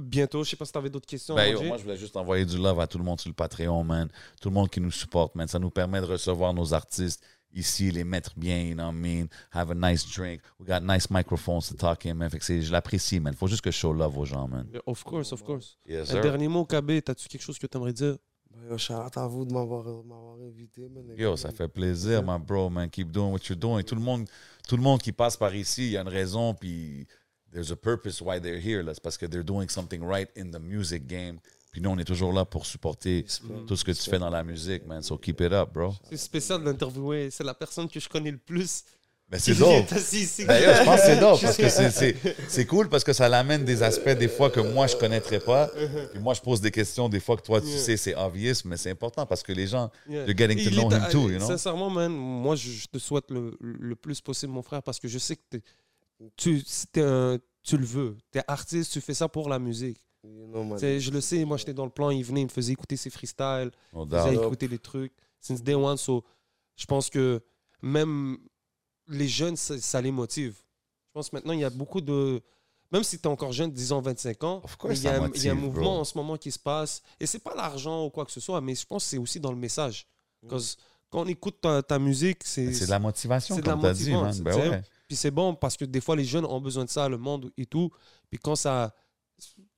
bientôt, je sais pas si t'avais d'autres questions.
Ben, yo,
Roger.
moi, je voulais juste envoyer du love à tout le monde sur le Patreon, man. Tout le monde qui nous supporte, man. Ça nous permet de recevoir nos artistes ici, les mettre bien, you know what I mean? Have a nice drink. We got nice microphones to talk in, man. Fait que c'est- je l'apprécie, man. Faut juste que je show love aux gens, man.
Of course, of course.
Yes,
Un dernier mot, KB, t'as-tu quelque chose que t'aimerais dire?
Ben, yo, shout-out à vous de m'avoir euh, m'avoir invité, man. les
Yo,
gars,
ça
man.
fait plaisir, my bro, man. Keep doing what you're doing. Tout le monde, tout le monde qui passe par ici, il y a une raison, puis there's a purpose why they're here. là. C'est parce que they're doing something right in the music game. Puis nous, on est toujours là pour supporter tout ce que tu fais dans la musique, man. So keep it up, bro.
C'est spécial de l'interviewer. C'est la personne que je connais le plus.
Mais c'est
Qui
dope.
est assis ici.
Ben, yo, je pense que c'est dope parce que c'est- c'est c'est cool parce que ça l'amène des aspects des fois que moi je connaîtrais pas. Puis moi je pose des questions des fois que toi tu
Yeah.
sais c'est obvious mais c'est important parce que les gens
Yeah.
you're getting to
Il
know
est-
him too, you know.
Sincèrement, man, moi, je, je te souhaite le, le plus possible, mon frère, parce que je sais que t'es- tu, si t'es un- tu le veux. Tu es artiste, tu fais ça pour la musique.
You know, man.
Tu sais, Je le sais, moi, j'étais dans le plan, il venait, il me faisait écouter ses freestyles,
No
il me faisait
doubt.
Dope.
écouter les trucs. Since day one, so, je pense que même les jeunes, ça, ça les motive. Je pense que maintenant, il y a beaucoup de... Même si tu es encore jeune, disons 25 ans,
Of
mais
course,
il y, a,
ça
un- il y a un
motive,
mouvement
bro.
en ce moment qui se passe. Et c'est pas l'argent ou quoi que ce soit, mais je pense que c'est aussi dans le message. Parce que quand on écoute ta, ta musique, c'est
Ben, C'est de la motivation
c'est de la
comme t'as dit, man.
motivation,
Ben
tu sais.
ouais.
puis c'est bon parce que des fois les jeunes ont besoin de ça, le monde et tout. Puis quand ça,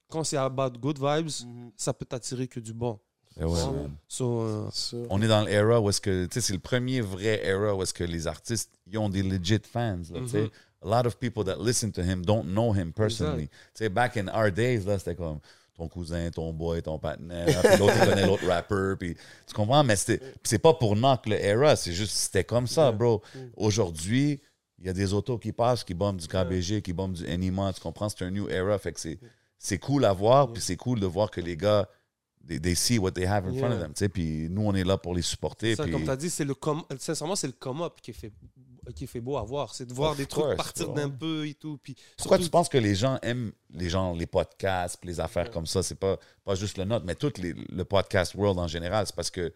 quand c'est about good vibes,
Mhm.
ça peut t'attirer que du bon.
Ben ouais,
Ouais.
man.
So, euh,
Sûr.
on est dans l'era où est-ce que, tu sais, c'est le premier vrai era où est-ce que les artistes, ils ont des legit fans, là, tu
Mm-hmm.
sais. A lot of people that listen to him don't know him personally. Tu sais, back in our days, là, c'était comme ton cousin, ton boy, ton partenaire, puis l'autre, il connaît l'autre rapper, puis tu comprends? Mais c'était- puis c'est pas pour knock le era, c'est juste, c'était comme ça, bro. Aujourd'hui, il y a des autos qui passent, qui bombent du KBG, qui bombent du Anima, tu comprends? C'est un new era, fait que c'est, c'est cool à voir, puis c'est cool de voir que les gars, they, they see what they have in front of
Yeah.
them, tu sais, puis nous, on est là pour les supporter.
ça,
puis-
comme tu as dit, c'est le com sincèrement, c'est le come-up qui fait, qui fait beau à voir. C'est de voir
Of
des trucs
course,
partir
ouais.
d'un peu et tout. Puis
Pourquoi
surtout-
tu penses que les gens aiment les gens, les podcasts, puis les affaires comme ça? C'est pas, pas juste le nôtre, mais tout les- le podcast world en général. C'est parce que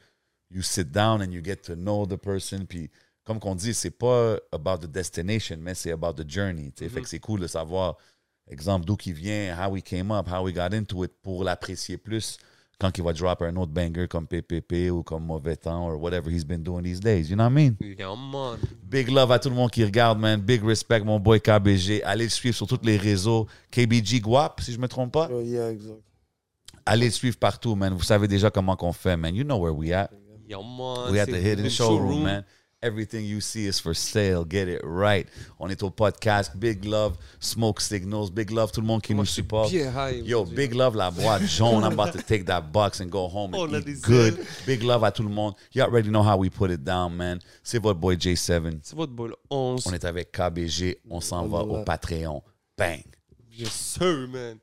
you sit down and you get to know the person. Puis, comme qu'on dit, c'est pas about the destination, mais c'est about the journey. tu sais. Fait que c'est cool de savoir, exemple, d'où qu'il vient, how he came up, how he got into it, pour l'apprécier plus quand il va drop un autre banger comme PPP ou comme Mauvais Temps or whatever he's been doing these days. You know what I mean?
Yeah, man.
Big love à tout le monde qui regarde, man. Big respect, mon boy KBG. Allez le suivre sur tous les réseaux. KBG Guap, si je me trompe pas.
Yo, Oh, yeah, exact.
Allez le suivre partout, man. Vous savez déjà comment qu'on fait, man. You know where we at.
Yeah, man.
We at the
C'est
hidden
le
showroom, man. Everything you see is for sale. Get it right. On est au podcast. Big love, Smoke Signals. Big love, tout le monde qui
Moi,
nous
je suis
supporte.
bien high
Yo,
aujourd'hui.
big love la boîte jaune. I'm about to take that box and go home and
On a
eat
des
good.
ailes.
Big love à tout le monde. You already know how we put it down, man. C'est votre boy J7.
C'est votre bol 11.
On est avec KBG. On s'en va au Patreon. Bang.
Yes, sir, man.